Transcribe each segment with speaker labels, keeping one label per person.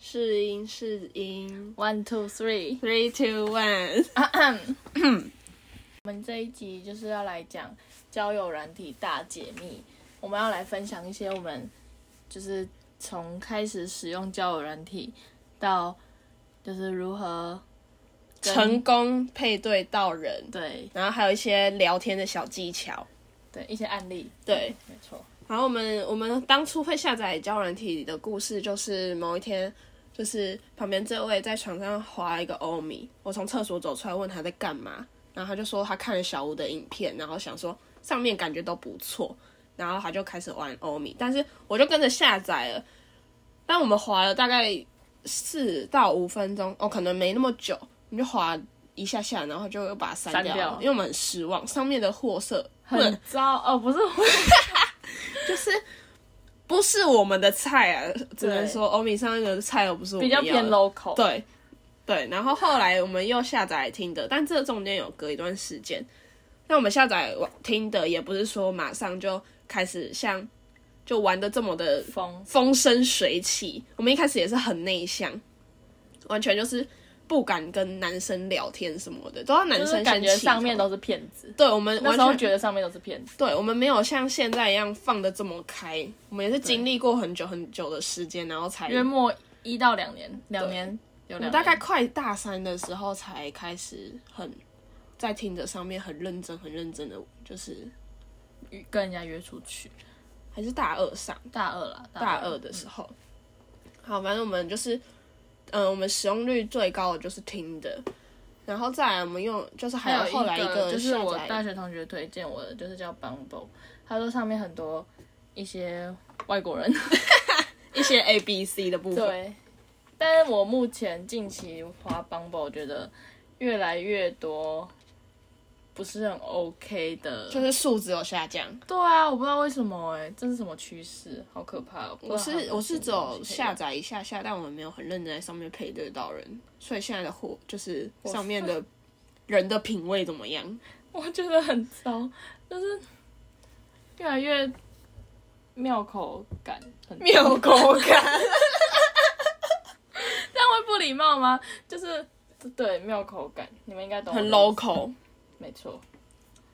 Speaker 1: 试音试音
Speaker 2: One two three，
Speaker 1: ，three two one。
Speaker 2: 我们这一集就是要来讲交友软体大解密，我们要来分享一些我们就是从开始使用交友软体到就是如何跟
Speaker 1: 成功配对到人，
Speaker 2: 对
Speaker 1: 然后还有一些聊天的小技巧。
Speaker 2: 对一些案例，
Speaker 1: 对，
Speaker 2: 没错，
Speaker 1: 然后我们我们当初会下载交友软体的故事，就是某一天，就是旁边这位在床上划一个欧米，我从厕所走出来问他在干嘛，然后他就说他看了小吴的影片，然后想说上面感觉都不错，然后他就开始玩欧米，但是我就跟着下载了，但我们划了大概四到五分钟，哦，可能没那么久，我们就划一下下，然后就又把它删
Speaker 2: 删
Speaker 1: 掉了，
Speaker 2: 掉
Speaker 1: 因为我们很失望，上面的货色不能
Speaker 2: 很糟哦，不是我
Speaker 1: 就是不是我们的菜啊，只能
Speaker 2: 对
Speaker 1: 说欧米上面的菜又不是我
Speaker 2: 比
Speaker 1: 们
Speaker 2: 较
Speaker 1: 要
Speaker 2: 偏
Speaker 1: 的
Speaker 2: local，
Speaker 1: 对对，然后后来我们又下载听的，但这中间有隔一段时间。那我们下载听的也不是说马上就开始像就玩的这么的
Speaker 2: 风
Speaker 1: 风生水起。我们一开始也是很内向，完全就是不敢跟男生聊天什么的，都要男
Speaker 2: 就
Speaker 1: 生
Speaker 2: 是感
Speaker 1: 先
Speaker 2: 觉
Speaker 1: 起
Speaker 2: 上面
Speaker 1: 头
Speaker 2: 都是骗子，
Speaker 1: 对我们
Speaker 2: 那
Speaker 1: 完
Speaker 2: 时候
Speaker 1: 全
Speaker 2: 觉得上面都是骗子，
Speaker 1: 对我们没有像现在一样放的这么开，我们也是经历过很久很久的时间，然后才
Speaker 2: 约莫一到两年，两年有
Speaker 1: 我
Speaker 2: 两
Speaker 1: 大概
Speaker 2: 年
Speaker 1: 快大三的时候才开始很在听着上面很认真很认真的，就是
Speaker 2: 跟人家约出去，
Speaker 1: 还是大二上
Speaker 2: 大二啦，
Speaker 1: 大二的时候。好，反正我们就是，嗯、我们使用率最高的就是听的，然后再来我们用就是还有
Speaker 2: 有
Speaker 1: 后来一
Speaker 2: 个就是
Speaker 1: 下
Speaker 2: 我
Speaker 1: 载
Speaker 2: 大学同学推荐我的，就是叫 Bumble，他说上面很多一些外国 人，
Speaker 1: 一些 A B C 的部分，
Speaker 2: 对， 但是我目前近期滑 Bumble，我觉得越来越多不是很 OK 的，
Speaker 1: 就是数值有下降。
Speaker 2: 对啊，我不知道为什么哎、这是什么趋势，好可怕哦！
Speaker 1: 我是我是啊只有下
Speaker 2: 载，
Speaker 1: 载一下下，但我们没有很认真在上面配对到人，所以现在的货就是上 面的人的品味怎么样？
Speaker 2: 我觉得很糟，就是越来越妙口感很重
Speaker 1: 妙口感，
Speaker 2: 这样会不礼貌吗？就是对，没有口感，你们应该懂。
Speaker 1: 很 local。
Speaker 2: 没错，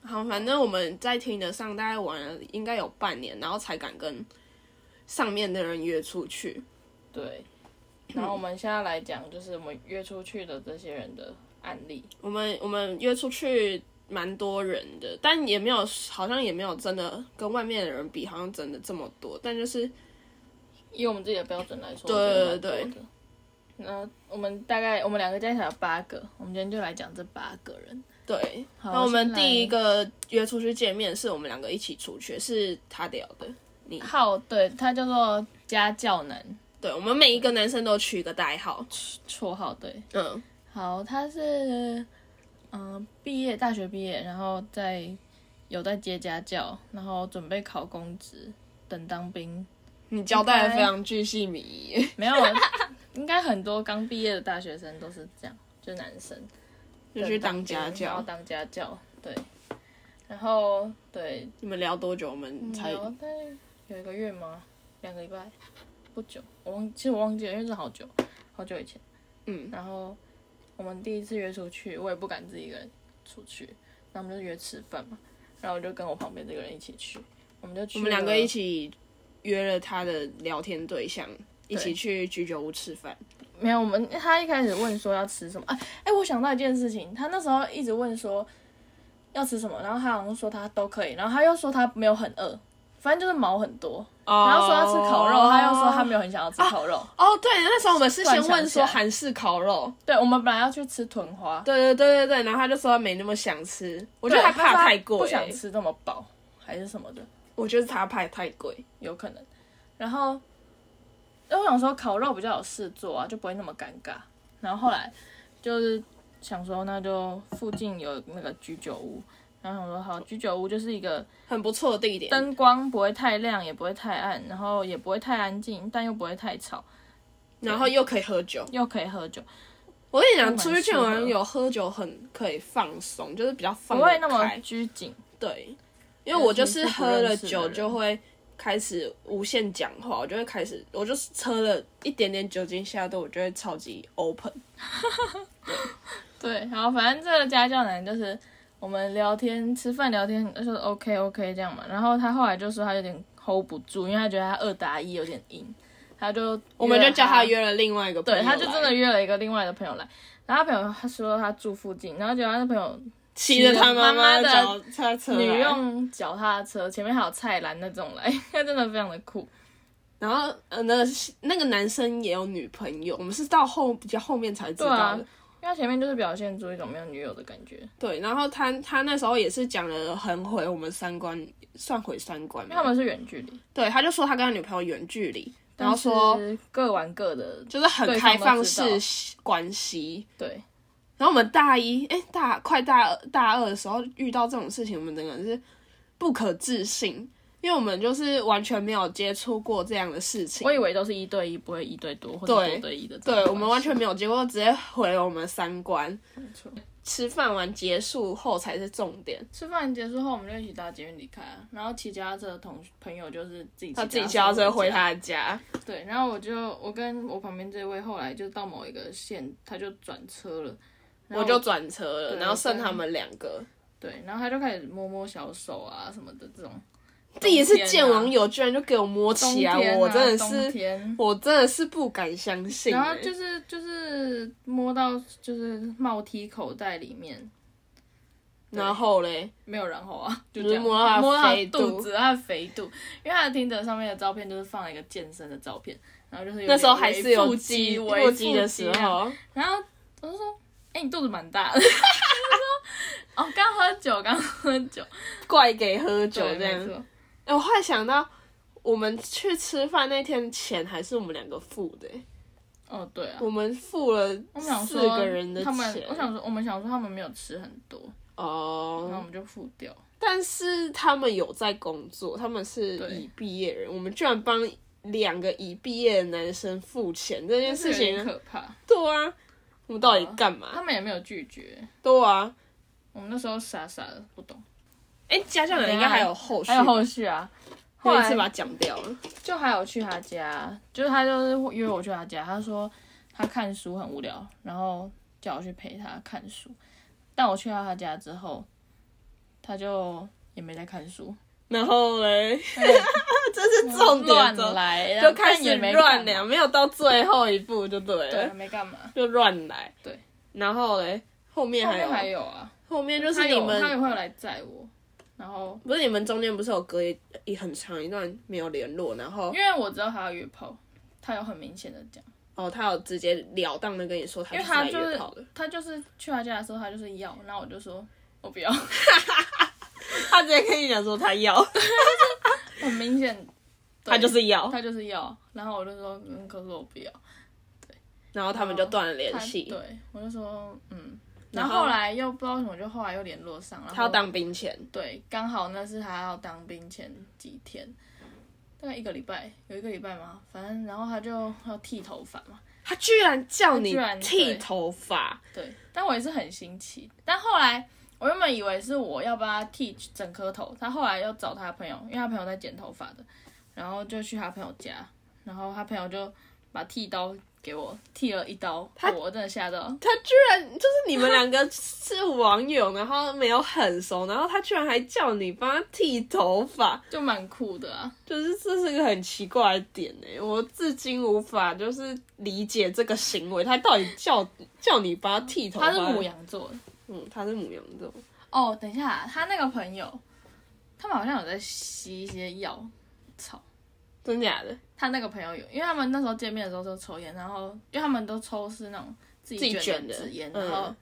Speaker 1: 好，反正我们在听的上大概玩了应该有半年，然后才敢跟上面的人约出去。
Speaker 2: 对。然后我们现在来讲，就是我们约出去的这些人的案例，
Speaker 1: 我们我们约出去蛮多人的，但也没有好像也没有真的跟外面的人比，好像真的这么多，但就是
Speaker 2: 以我们自己的标准来说，
Speaker 1: 对
Speaker 2: 我觉得蛮多
Speaker 1: 对
Speaker 2: 的。那我们大概我们两个加起来有八个，我们今天就来讲这八个人。
Speaker 1: 对，
Speaker 2: 好
Speaker 1: 那我们
Speaker 2: 先来
Speaker 1: 第一个约出去见面是我们两个一起出去，是他屌的。
Speaker 2: 浩，对他叫做家教男，
Speaker 1: 对，我们每一个男生都取一个代号。
Speaker 2: 绰号对。
Speaker 1: 嗯，
Speaker 2: 好，他是嗯、毕业大学毕业，然后在有在接家教，然后准备考公职，等当兵。
Speaker 1: 你交代的非常巨细靡 遗。
Speaker 2: 没有，啊应该很多刚毕业的大学生都是这样，就男生
Speaker 1: 就去
Speaker 2: 等
Speaker 1: 当
Speaker 2: 兵
Speaker 1: 家
Speaker 2: 然后
Speaker 1: 教。
Speaker 2: 当家教，对。然后对，
Speaker 1: 你们聊多久？我们嗯才
Speaker 2: 有大概有一个月吗？两个礼拜，不久。我忘，其实我忘记了，因为是好久，好久以前。
Speaker 1: 嗯，
Speaker 2: 然后我们第一次约出去，我也不敢自己一个人出去，那我们就约吃饭嘛。然后我就跟我旁边这个人一起去，我们就去
Speaker 1: 我们两个
Speaker 2: 了
Speaker 1: 一起约了他的聊天对象，一起去居酒屋吃饭。
Speaker 2: 没有，我们他一开始问说要吃什么，哎、哎、我想到一件事情，他那时候一直问说要吃什么，然后他好像说他都可以，然后他又说他没有很饿，反正就是毛很多，然后说要吃烤肉，他又说他没有很想要吃烤肉。
Speaker 1: 哦，对，那时候我们是先
Speaker 2: 突然
Speaker 1: 问
Speaker 2: 想起
Speaker 1: 说
Speaker 2: 来
Speaker 1: 韩式烤肉，
Speaker 2: 对，我们本来要去吃豚花，
Speaker 1: 对对对对对，然后他就说他没那么想吃，我
Speaker 2: 我
Speaker 1: 觉得他怕太欸贵、
Speaker 2: 不想吃这么饱还是什么的，
Speaker 1: 我觉得他怕太贵。
Speaker 2: 有可能。然后，因为我想说烤肉比较有事做啊，就不会那么尴尬。然后后来就是想说，那就附近有那个居酒屋，然后想说好，居酒屋就是一个
Speaker 1: 很不错的地点，
Speaker 2: 灯光不会太亮，也不会太暗，然后也不会太安静，但又不会太吵，
Speaker 1: 然后又可以喝酒。
Speaker 2: 又可以喝酒，
Speaker 1: 我跟你
Speaker 2: 都
Speaker 1: 讲，
Speaker 2: 蛮
Speaker 1: 出去见
Speaker 2: 适合
Speaker 1: 网友喝酒很可以放松，就是比较
Speaker 2: 不
Speaker 1: 放得
Speaker 2: 会那么
Speaker 1: 开
Speaker 2: 拘谨。
Speaker 1: 对，因为我就是喝了酒就会开始无限讲话，我就会开始，我就是喝了一点点酒精下肚，我就会超级 open。
Speaker 2: 对，然后反正这个家教男就是我们聊天、吃饭聊天，就是 OK OK 这样嘛。然后他后来就说他有点 hold 不住，因为他觉得他二打一有点硬，他就
Speaker 1: 我们就叫他
Speaker 2: 约了
Speaker 1: 约了另外一个朋友
Speaker 2: 对，
Speaker 1: 来，
Speaker 2: 他就真的约了一个另外的朋友来。然后他朋友他说他住附近，然后结果他那朋友
Speaker 1: 骑着他
Speaker 2: 妈
Speaker 1: 妈
Speaker 2: 妈的
Speaker 1: 脚踏车来
Speaker 2: 女用脚踏车，前面还有菜篮那种来， 他真的非常的酷。
Speaker 1: 然后呃，那个那个男生也有女朋友，我们是到后比较后面才知
Speaker 2: 对
Speaker 1: 道
Speaker 2: 啊
Speaker 1: 的。，
Speaker 2: 因为他前面就是表现出一种没有女友的感觉，
Speaker 1: 对，然后他他那时候也是讲了很毁我们三观，算毁三观
Speaker 2: 因为他
Speaker 1: 嘛。
Speaker 2: 们是远距离，
Speaker 1: 对，他就说他跟他女朋友远距离，然后
Speaker 2: 但是
Speaker 1: 说
Speaker 2: 各玩各的，
Speaker 1: 就是很
Speaker 2: 对
Speaker 1: 开
Speaker 2: 方
Speaker 1: 放
Speaker 2: 都知道
Speaker 1: 式关系。
Speaker 2: 对，
Speaker 1: 然后我们大一，哎，大快大二大二的时候遇到这种事情，我们整个人是不可置信，因为我们就是完全没有接触过这样的事情。
Speaker 2: 我以为都是一对一，不会一对多或者
Speaker 1: 对
Speaker 2: 多对一的这种
Speaker 1: 对
Speaker 2: 关系。
Speaker 1: 我们完全没有接过，直接毁了我们三观。
Speaker 2: 没错。
Speaker 1: 吃饭完结束后才是重点，
Speaker 2: 吃饭结束后，我们就一起搭捷运离开啊。然后骑脚踏车的同学朋友就是自己
Speaker 1: 他自己
Speaker 2: 骑
Speaker 1: 骑脚踏车回
Speaker 2: 家。
Speaker 1: 他的家。
Speaker 2: 对，然后我就我跟我旁边这位后来就到某一个县，他就转车了，然
Speaker 1: 我
Speaker 2: 后
Speaker 1: 就转车了，
Speaker 2: 对
Speaker 1: 然后剩他们两个。
Speaker 2: 对，然后他就开始摸摸小手啊什么的这种。
Speaker 1: 第一次见网
Speaker 2: 友
Speaker 1: 友居然就给我摸起来，我真的
Speaker 2: 啊冬
Speaker 1: 是，
Speaker 2: 天
Speaker 1: 我真的是不敢相信、
Speaker 2: 然后
Speaker 1: 欸
Speaker 2: 就是就是摸到就是帽 T 口袋里面，
Speaker 1: 然后嘞，
Speaker 2: 没有然后啊， 就
Speaker 1: 就
Speaker 2: 这
Speaker 1: 是
Speaker 2: 样
Speaker 1: 摸到他的
Speaker 2: 摸到
Speaker 1: 肥肚
Speaker 2: 肚子，他的肥肚，因为他的听者上面的照片就是放了一个健身的照片，然后就是有
Speaker 1: 那时候
Speaker 2: 点
Speaker 1: 还
Speaker 2: 微
Speaker 1: 是有
Speaker 2: 腹
Speaker 1: 肌
Speaker 2: 肌
Speaker 1: 腹
Speaker 2: 微
Speaker 1: 肌的时
Speaker 2: 啊，
Speaker 1: 候，
Speaker 2: 然后我就说，哎、你肚子蛮大的，他 就说，哦，刚喝酒，刚喝酒，
Speaker 1: 怪给喝酒
Speaker 2: 对
Speaker 1: 这样
Speaker 2: 没。错
Speaker 1: 哎我后来想到，我们去吃饭那天钱还是我们两个付的欸、
Speaker 2: 哦，对啊。
Speaker 1: 我们付了
Speaker 2: 我们想
Speaker 1: 四
Speaker 2: 说
Speaker 1: 个人的
Speaker 2: 他们
Speaker 1: 钱，。嗯
Speaker 2: 我想说，我们想说他们没有吃很多，然后我
Speaker 1: 哦，
Speaker 2: 们就付掉。
Speaker 1: 但是他们有在工作，他们是
Speaker 2: 对
Speaker 1: 已毕业人，我们居然帮两个已毕业的男生付钱这件事
Speaker 2: 有点
Speaker 1: 情，
Speaker 2: 可啊怕，
Speaker 1: 对啊，我们到底干嘛？
Speaker 2: 他们也没有拒绝。
Speaker 1: 对啊，
Speaker 2: 我们那时候傻傻的，不懂。
Speaker 1: 哎、家教人应该还有后续，
Speaker 2: 啊还有后续啊，
Speaker 1: 我
Speaker 2: 后
Speaker 1: 有一
Speaker 2: 来
Speaker 1: 次把它讲掉了。
Speaker 2: 就还有去他家，就是他就是约我去他家，他说他看书很无聊，然后叫我去陪他看书。但我去到他家之后，他就也没在看 书，
Speaker 1: 然后嘞，
Speaker 2: 他就
Speaker 1: 这是重点
Speaker 2: 乱
Speaker 1: 了，
Speaker 2: 来啊，
Speaker 1: 就开
Speaker 2: 但
Speaker 1: 始
Speaker 2: 也没
Speaker 1: 乱
Speaker 2: 干
Speaker 1: 聊，
Speaker 2: 嘛，
Speaker 1: 没有到最后一步就对了，
Speaker 2: 对，没干嘛。
Speaker 1: 就乱来。
Speaker 2: 对，
Speaker 1: 然后嘞，后面
Speaker 2: 后
Speaker 1: 还有
Speaker 2: 面还有啊，
Speaker 1: 后面就是
Speaker 2: 他
Speaker 1: 你
Speaker 2: 有
Speaker 1: 们
Speaker 2: 他也会来载我，然后
Speaker 1: 不是你们中间不是有隔一一很长一段没有联络，然后
Speaker 2: 因为我知道他要约炮，他有很明显的讲。
Speaker 1: 哦，他有直截了当的跟你说他
Speaker 2: 因为
Speaker 1: 哦是来
Speaker 2: 他就
Speaker 1: 约
Speaker 2: 是
Speaker 1: 炮的，
Speaker 2: 他就是去他家的时候，他就是要，然后我就说我不要，
Speaker 1: 他直接跟你讲说他要，
Speaker 2: 很明显，对
Speaker 1: 他就是要，
Speaker 2: 他就是要，然后我就说嗯，可是我不要
Speaker 1: 然后他们就断了联
Speaker 2: 他
Speaker 1: 系。
Speaker 2: 对，我就说嗯，
Speaker 1: 然
Speaker 2: 然
Speaker 1: 后
Speaker 2: 后后来又不知道为什么，就后来又联络上，然后
Speaker 1: 他要当兵前，
Speaker 2: 对，刚好那是他要当兵前几天，大概一个礼拜，有一个礼拜嘛，反正然后他就要剃头发嘛，
Speaker 1: 他居然叫你
Speaker 2: 他居然
Speaker 1: 剃
Speaker 2: 对
Speaker 1: 头发，
Speaker 2: 对，但我也是很新奇。但后来我原本以为是我要帮他剃整颗头，他后来又找他朋友，因为他朋友在剪头发的，然后就去他朋友家，然后他朋友就把剃刀给我剃了一刀，我真的吓到。
Speaker 1: 他居然就是你们两个是网友，然后没有很熟，然后他居然还叫你帮他剃头发，
Speaker 2: 就蛮酷的啊，
Speaker 1: 就是这是个很奇怪的点哎，我至今无法就是理解这个行为，他到底叫叫你帮他剃头发？
Speaker 2: 他是母，羊座的
Speaker 1: 嗯，他是母羊座，
Speaker 2: 哦。等一下，他那个朋友，他们好像有在吸一些药草。
Speaker 1: 真假的？
Speaker 2: 他那个朋友有，因为他们那时候见面的时候就抽烟，然后因为他们都抽是那种自
Speaker 1: 自己
Speaker 2: 己
Speaker 1: 卷
Speaker 2: 的
Speaker 1: 的
Speaker 2: 纸烟，
Speaker 1: 嗯
Speaker 2: 然后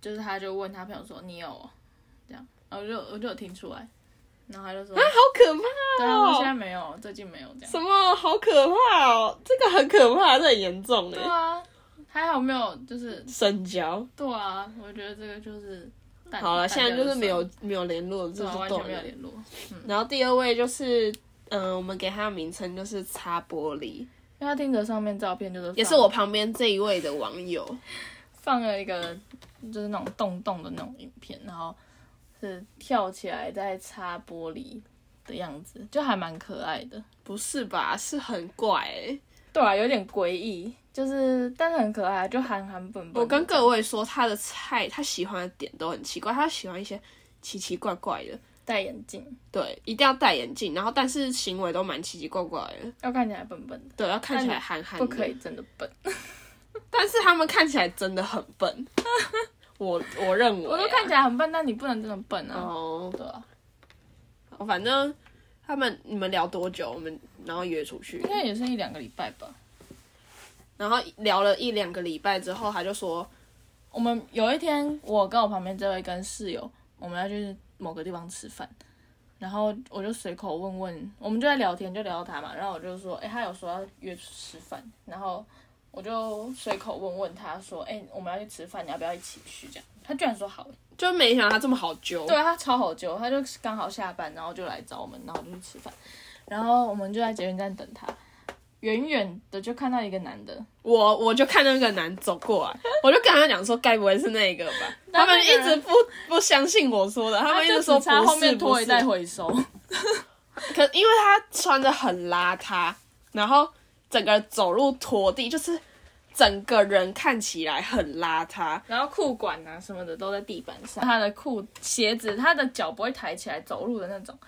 Speaker 2: 就是他就问他朋友说你有哦这样，然后我就我就有听出来，然后他就说
Speaker 1: 啊，好可怕！
Speaker 2: 对啊，我现在没有，最近没有这样，
Speaker 1: 什么？好可怕哦！这个很可怕，这很严重
Speaker 2: 对
Speaker 1: 哎。
Speaker 2: 啊，还好没有就是
Speaker 1: 深交，
Speaker 2: 对啊，我觉得这个就是淡
Speaker 1: 好了，现在就是没，
Speaker 2: 淡
Speaker 1: 有没有联络，这
Speaker 2: 掉就算
Speaker 1: 就
Speaker 2: 对啊，完
Speaker 1: 断
Speaker 2: 全没
Speaker 1: 了
Speaker 2: 有。联络，
Speaker 1: 然后第二位就是，嗯、我们给他的名称就是擦玻璃，
Speaker 2: 因为他听着上面照片就是
Speaker 1: 也
Speaker 2: 放
Speaker 1: 是我旁边这一位的网友，
Speaker 2: 放了一个就是那种洞洞的那种影片，然后是跳起来在擦玻璃，的样子，就还蛮可爱的。
Speaker 1: 不是吧？是很怪、欸。
Speaker 2: 对啊，有点诡异，就是但是很可爱，啊就憨憨笨笨的。
Speaker 1: 我跟各位说，他的菜他喜欢的点都很奇怪，他喜欢一些奇奇怪怪的。
Speaker 2: 戴眼镜，
Speaker 1: 对，一定要戴眼镜，然后但是行为都蛮奇奇怪怪的。
Speaker 2: 要看起来笨笨的，
Speaker 1: 对，要看起来憨憨的。
Speaker 2: 不可以真的笨。
Speaker 1: 但是他们看起来真的很笨。我我认为啊、
Speaker 2: 我都看起来很笨，但你不能真的笨啊。
Speaker 1: 哦，
Speaker 2: 对啊，
Speaker 1: 反正他们你们聊多久？我们然后约出去
Speaker 2: 应，该也是一两个礼拜吧。
Speaker 1: 然后聊了一两个礼拜之后，他就说
Speaker 2: 我们有一天，我跟我旁边这位跟室友，我们要去某个地方吃饭，然后我就随口问问，我们就在聊天，就聊到他嘛，然后我就说，诶，他有说要约出去吃饭，然后我就随口问问他说，诶，我们要去吃饭，你要不要一起去？这样，他居然说好，
Speaker 1: 就没想到他这么好揪。
Speaker 2: 对，啊，他超好揪，他就刚好下班，然后就来找我们，然后就去吃饭，然后我们就在捷运站等他，远远的就看到一个男的，
Speaker 1: 我我就看那个男走过来，我就跟他讲说，该不会是那个吧？
Speaker 2: 然后
Speaker 1: 他们
Speaker 2: 那
Speaker 1: 一
Speaker 2: 个人
Speaker 1: 直不不相信我说的，他们一
Speaker 2: 就
Speaker 1: 直说
Speaker 2: 只差
Speaker 1: 不
Speaker 2: 后
Speaker 1: 是
Speaker 2: 面
Speaker 1: 不
Speaker 2: 拖一
Speaker 1: 是。
Speaker 2: 袋回收。
Speaker 1: 可因为他穿的很邋遢，然后整个走路拖地，就是整个人看起来很邋遢。
Speaker 2: 然后裤管啊什么的都在地板上，他的裤鞋子，他的脚不会抬起来走路的那种，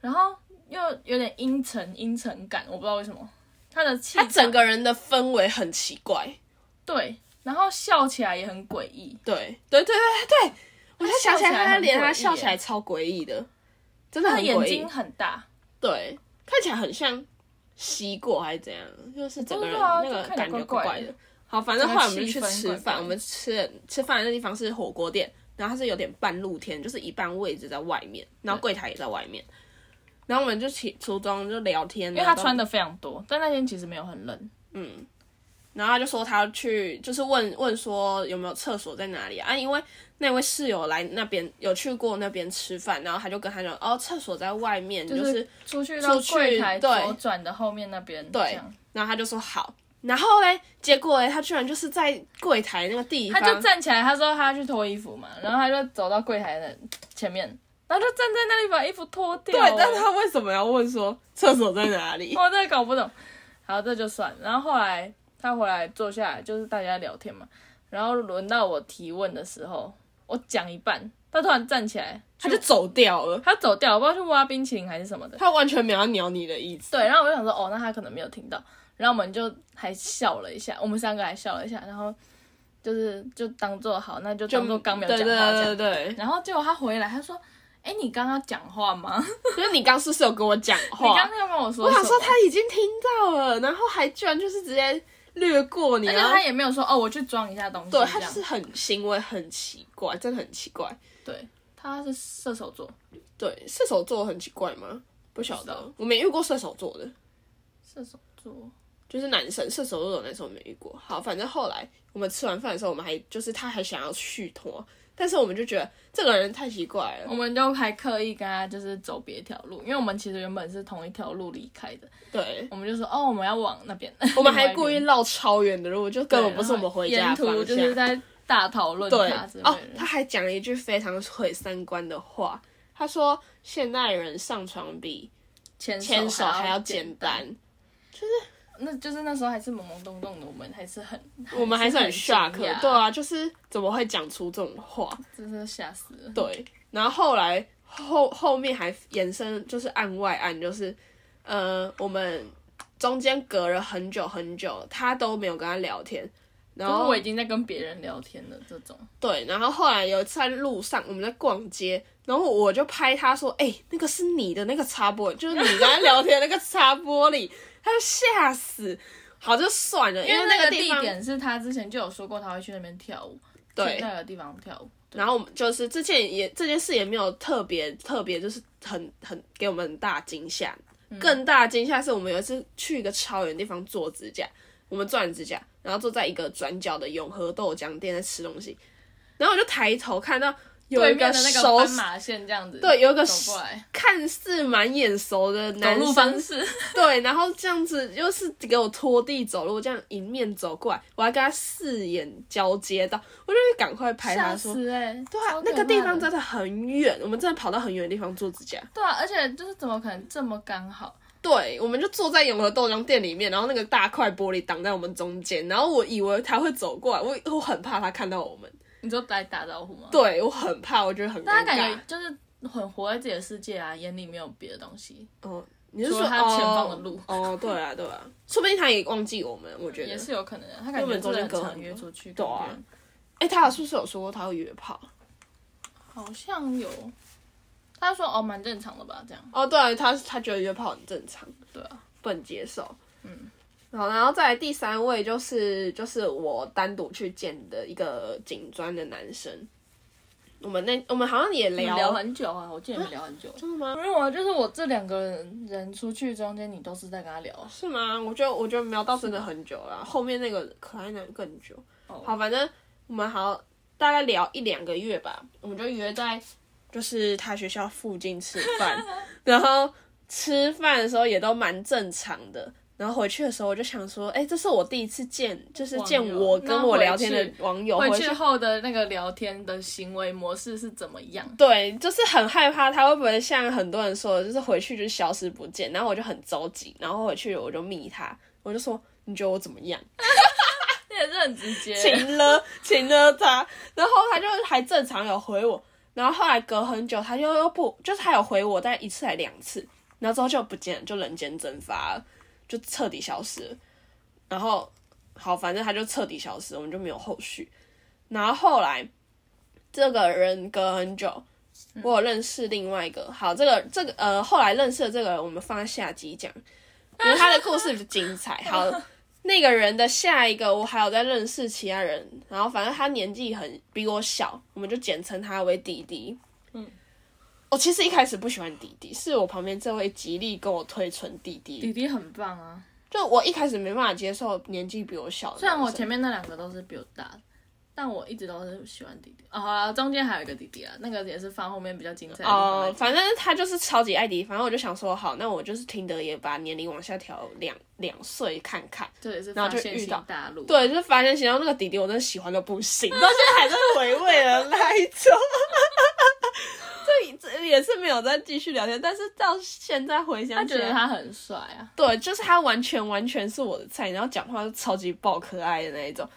Speaker 2: 然后又有点阴沉阴沉感，我不知道为什么，他的气
Speaker 1: 他
Speaker 2: 场
Speaker 1: 整个人的氛围很奇怪，
Speaker 2: 对，然后笑起来也很诡异，
Speaker 1: 对对对对对，我才想起来
Speaker 2: 他笑起来
Speaker 1: 他的
Speaker 2: 很
Speaker 1: 脸，
Speaker 2: 诡
Speaker 1: 他
Speaker 2: 异
Speaker 1: 笑
Speaker 2: 耶
Speaker 1: 起来超诡异的，真的
Speaker 2: 他
Speaker 1: 很
Speaker 2: 的眼
Speaker 1: 诡异
Speaker 2: 睛，很大，
Speaker 1: 对，看起来很像吸过还是怎样，就是整个人
Speaker 2: 不知道
Speaker 1: 那个
Speaker 2: 就看起来
Speaker 1: 感觉
Speaker 2: 怪怪
Speaker 1: 怪
Speaker 2: 的。
Speaker 1: 好，反正后来我们
Speaker 2: 整
Speaker 1: 就去
Speaker 2: 个气氛
Speaker 1: 吃
Speaker 2: 怪怪
Speaker 1: 饭，
Speaker 2: 的
Speaker 1: 我们吃吃饭的那地方是火锅店，然后它是有点半露天，就是一半位置在外面，然后柜台也在外面。然后我们就起途中就聊天，啊因
Speaker 2: 因为他穿的非常多，但那天其实没有很冷，
Speaker 1: 然后他就说他要去，就是问问说有没有厕所在哪里啊？啊因为那位室友来那边有去过那边吃饭，然后他就跟他讲，哦，厕所在外面，就是、
Speaker 2: 是出去到
Speaker 1: 出去
Speaker 2: 柜台
Speaker 1: 对
Speaker 2: 左转的后面那边，
Speaker 1: 对
Speaker 2: 这样
Speaker 1: 然后他就说好，然后嘞，结果嘞，他居然就是在柜台那个地
Speaker 2: 他
Speaker 1: 方，
Speaker 2: 就站起来，他说他要去脱衣服嘛，然后他就走到柜台的前面，然后就站在那里把衣服脱掉，
Speaker 1: 对，但他为什么要问说厕所在哪里？
Speaker 2: 我真的搞不懂。好，这就算。然后后来他回来坐下来，就是大家聊天嘛。然后轮到我提问的时候，我讲一半，他突然站起来，
Speaker 1: 他就走掉了，
Speaker 2: 他走掉，我不知道去挖冰淇淋还是什么的。
Speaker 1: 他完全没有要鸟你的意思。
Speaker 2: 对，然后我就想说，哦，那他可能没有听到。然后我们就还笑了一下，我们三个还笑了一下，然后就是就当做好，那就当做刚没有
Speaker 1: 对
Speaker 2: 讲
Speaker 1: 对
Speaker 2: 话这样。
Speaker 1: 对对对，
Speaker 2: 然后结果他回来，他说：“哎，你刚刚讲话吗？ 你
Speaker 1: 就是你刚是不是有跟我讲
Speaker 2: 刚
Speaker 1: 话？
Speaker 2: 刚要跟我说
Speaker 1: 我
Speaker 2: 什么？”
Speaker 1: 想说他已经听到了，然后还居然就是直接略过你，
Speaker 2: 而且
Speaker 1: 然后
Speaker 2: 他也没有说：“哦，我去装一下东西。”
Speaker 1: 对
Speaker 2: 这
Speaker 1: 他就
Speaker 2: 样
Speaker 1: 是很行为很奇怪，真的很奇怪。
Speaker 2: 对，他是射手座，
Speaker 1: 对，射手座很奇怪吗？不晓
Speaker 2: 不知
Speaker 1: 得，我没遇过射手座的，
Speaker 2: 射手座
Speaker 1: 就是男生射手座的男生我没遇过。好，反正后来我们吃完饭的时候，我们还就是他还想要续托，但是我们就觉得这个人太奇怪
Speaker 2: 呃我
Speaker 1: 了。
Speaker 2: 们就还刻意跟他就是走别条路，因为我们其实原本是同一条路离开的，
Speaker 1: 对，
Speaker 2: 我们就说哦，我们要往那边，
Speaker 1: 我们
Speaker 2: 另
Speaker 1: 还
Speaker 2: 外一边
Speaker 1: 故意绕超远的路，就根本不是我们回家的
Speaker 2: 沿途
Speaker 1: 方
Speaker 2: 就
Speaker 1: 向。
Speaker 2: 是在大讨论
Speaker 1: 对
Speaker 2: 他之类的
Speaker 1: 哦，他还讲了一句非常毁三观的话，他说现代人上床比
Speaker 2: 牵
Speaker 1: 牵手还要
Speaker 2: 要
Speaker 1: 简
Speaker 2: 单，
Speaker 1: 单。
Speaker 2: 那就是那时候还是懵懵懂懂的，我们还是很，
Speaker 1: 我们还是很 shock，
Speaker 2: 惊讶
Speaker 1: 对，啊，就是怎么会讲出这种话？
Speaker 2: 真是吓死了。
Speaker 1: 对，啊然后后来后后面还延伸，就是案外案，就是呃，我们中间隔了很久很久，他都没有跟他聊天，然
Speaker 2: 就是
Speaker 1: 后
Speaker 2: 我已经在跟别人聊天了，这种
Speaker 1: 对，然后后来有一次在路上，我们在逛街，然后我就拍他说：“哎、那个是你的那个插播，就是你跟他聊天的那个插播里。”他就吓死，好就 算了，因为
Speaker 2: 那
Speaker 1: 个
Speaker 2: 地
Speaker 1: 方
Speaker 2: 点是他之前就有说过他会去那边跳舞，
Speaker 1: 对
Speaker 2: 去那个地方跳舞，
Speaker 1: 然后我们就是之前也这件事也没有特别特别，就是很很给我们很大惊吓。
Speaker 2: 嗯
Speaker 1: 更大的惊吓是我们有一次去一个超远地方做指甲，我们做完指甲，然后坐在一个转角的永和豆浆店在吃东西，然后我就抬头看到有
Speaker 2: 对
Speaker 1: 一
Speaker 2: 面
Speaker 1: 个
Speaker 2: 的那
Speaker 1: 熟
Speaker 2: 个斑马线这样子，
Speaker 1: 对，有一个
Speaker 2: 走过来，
Speaker 1: 看似蛮眼熟的
Speaker 2: 走
Speaker 1: 男
Speaker 2: 路
Speaker 1: 生
Speaker 2: 方，式，
Speaker 1: 对，然后这样子又是给我拖地走路，这样迎面走过来，我还跟他四眼交接到，我就赶快拍他
Speaker 2: 吓
Speaker 1: 说，
Speaker 2: 死哎、欸！
Speaker 1: 对啊
Speaker 2: 超，可
Speaker 1: 那个地
Speaker 2: 怕
Speaker 1: 方
Speaker 2: 的
Speaker 1: 真的很远，我们真的跑到很远的地方做指甲。
Speaker 2: 对啊，而且就是怎么可能这么刚好？
Speaker 1: 对，我们就坐在永和豆浆店里面，然后那个大块玻璃挡在我们中间，然后我以为他会走过来，我我很怕他看到我们，
Speaker 2: 你就来打招呼吗？
Speaker 1: 对我很怕，我觉得很
Speaker 2: 大家
Speaker 1: 尴
Speaker 2: 感觉
Speaker 1: 尬。
Speaker 2: 就是很活在自己的世界啊，眼里没有别的东西，
Speaker 1: 哦，你是说
Speaker 2: 除了他前方的路
Speaker 1: 哦？哦，对 啊，对啊，说不定他也忘记我们，我觉得
Speaker 2: 也。是有可能的。他
Speaker 1: 因为
Speaker 2: 感
Speaker 1: 我
Speaker 2: 觉
Speaker 1: 们中
Speaker 2: 真的
Speaker 1: 间
Speaker 2: 很
Speaker 1: 隔
Speaker 2: 常
Speaker 1: 很
Speaker 2: 约
Speaker 1: 多
Speaker 2: 出去，
Speaker 1: 对啊哎、他是不是有说过他会约炮？
Speaker 2: 好像有。他说哦，蛮正常的吧，这样
Speaker 1: 哦，对啊，他他觉得约炮很正常，
Speaker 2: 对啊，
Speaker 1: 不能接受。嗯，好，然后再来第三位就是就是我单独去见的一个警专的男生，我们那我们好像也聊
Speaker 2: 聊很久啊，我记得你们聊很久。
Speaker 1: 真的吗？
Speaker 2: 没有啊，就是我这两个人人出去中间，你都是在跟他聊啊。
Speaker 1: 是吗？我觉得我觉得苗到真的很久了，后面那个可爱男更久。
Speaker 2: 哦
Speaker 1: 好，反正我们好大概聊一两个月吧，我们就约在就是他学校附近吃饭，然后吃饭的时候也都蛮正常的。然后回去的时候，我就想说，哎、这是我第一次见，就是见
Speaker 2: 网友
Speaker 1: 我跟
Speaker 2: 那
Speaker 1: 我
Speaker 2: 回
Speaker 1: 聊天
Speaker 2: 去
Speaker 1: 的网友，
Speaker 2: 回
Speaker 1: 回
Speaker 2: 去后的那个聊天的行为模式是怎么样？
Speaker 1: 对，就是很害怕他会不会像很多人说的，就是回去就消失不见。然后我就很着急，然后回去我就密他，我就说你觉得我怎么样？
Speaker 2: 这也是很直接。
Speaker 1: 请了请了他，然后他就还正常有回我，然后后来隔很久他就又不，就是他有回我，大概一次还两次，然后之后就不见了，就人间蒸发了，就彻底消失了。然后好，反正他就彻底消失，我们就没有后续。然后后来这个人隔很久，
Speaker 2: 嗯
Speaker 1: 我有认识另外一个，好，这个这个呃，后来认识的这个人，我们放在下集讲，
Speaker 2: 啊
Speaker 1: 因为他的故事比较 精彩。好，那个人的下一个，我还有在认识其他人，然后反正他年纪很比我小，我们就简称他为弟弟。
Speaker 2: 嗯，
Speaker 1: 我其实一开始不喜欢弟弟，是我旁边这位极力跟我推崇弟弟，
Speaker 2: 弟弟很棒 啊，
Speaker 1: 就我一开始没办法接受年纪比我小的男
Speaker 2: 虽
Speaker 1: 生。
Speaker 2: 然我前面那两个都是比我大的，但我一直都是喜欢弟弟。哦，好啦中间还有一个弟弟啊，那个也是放后面比较精彩的地方来
Speaker 1: 哦，
Speaker 2: 讲。
Speaker 1: 反正他就是超级爱迪，反正我就想说，好，那我就是听得也把年龄往下调两两岁看看。
Speaker 2: 这也是
Speaker 1: 然
Speaker 2: 发
Speaker 1: 后就
Speaker 2: 现
Speaker 1: 遇
Speaker 2: 新
Speaker 1: 到
Speaker 2: 大陆。，
Speaker 1: 对，就是发现，然后那个弟弟我真的喜欢的不行，到现在还在回味的那一种。 这这也是没有再继续聊天，但是到现在回
Speaker 2: 他
Speaker 1: 想起
Speaker 2: 觉得
Speaker 1: 来，
Speaker 2: 他很帅啊，
Speaker 1: 对，就是他完全完全是我的菜，然后讲话是超级爆可爱的那一种。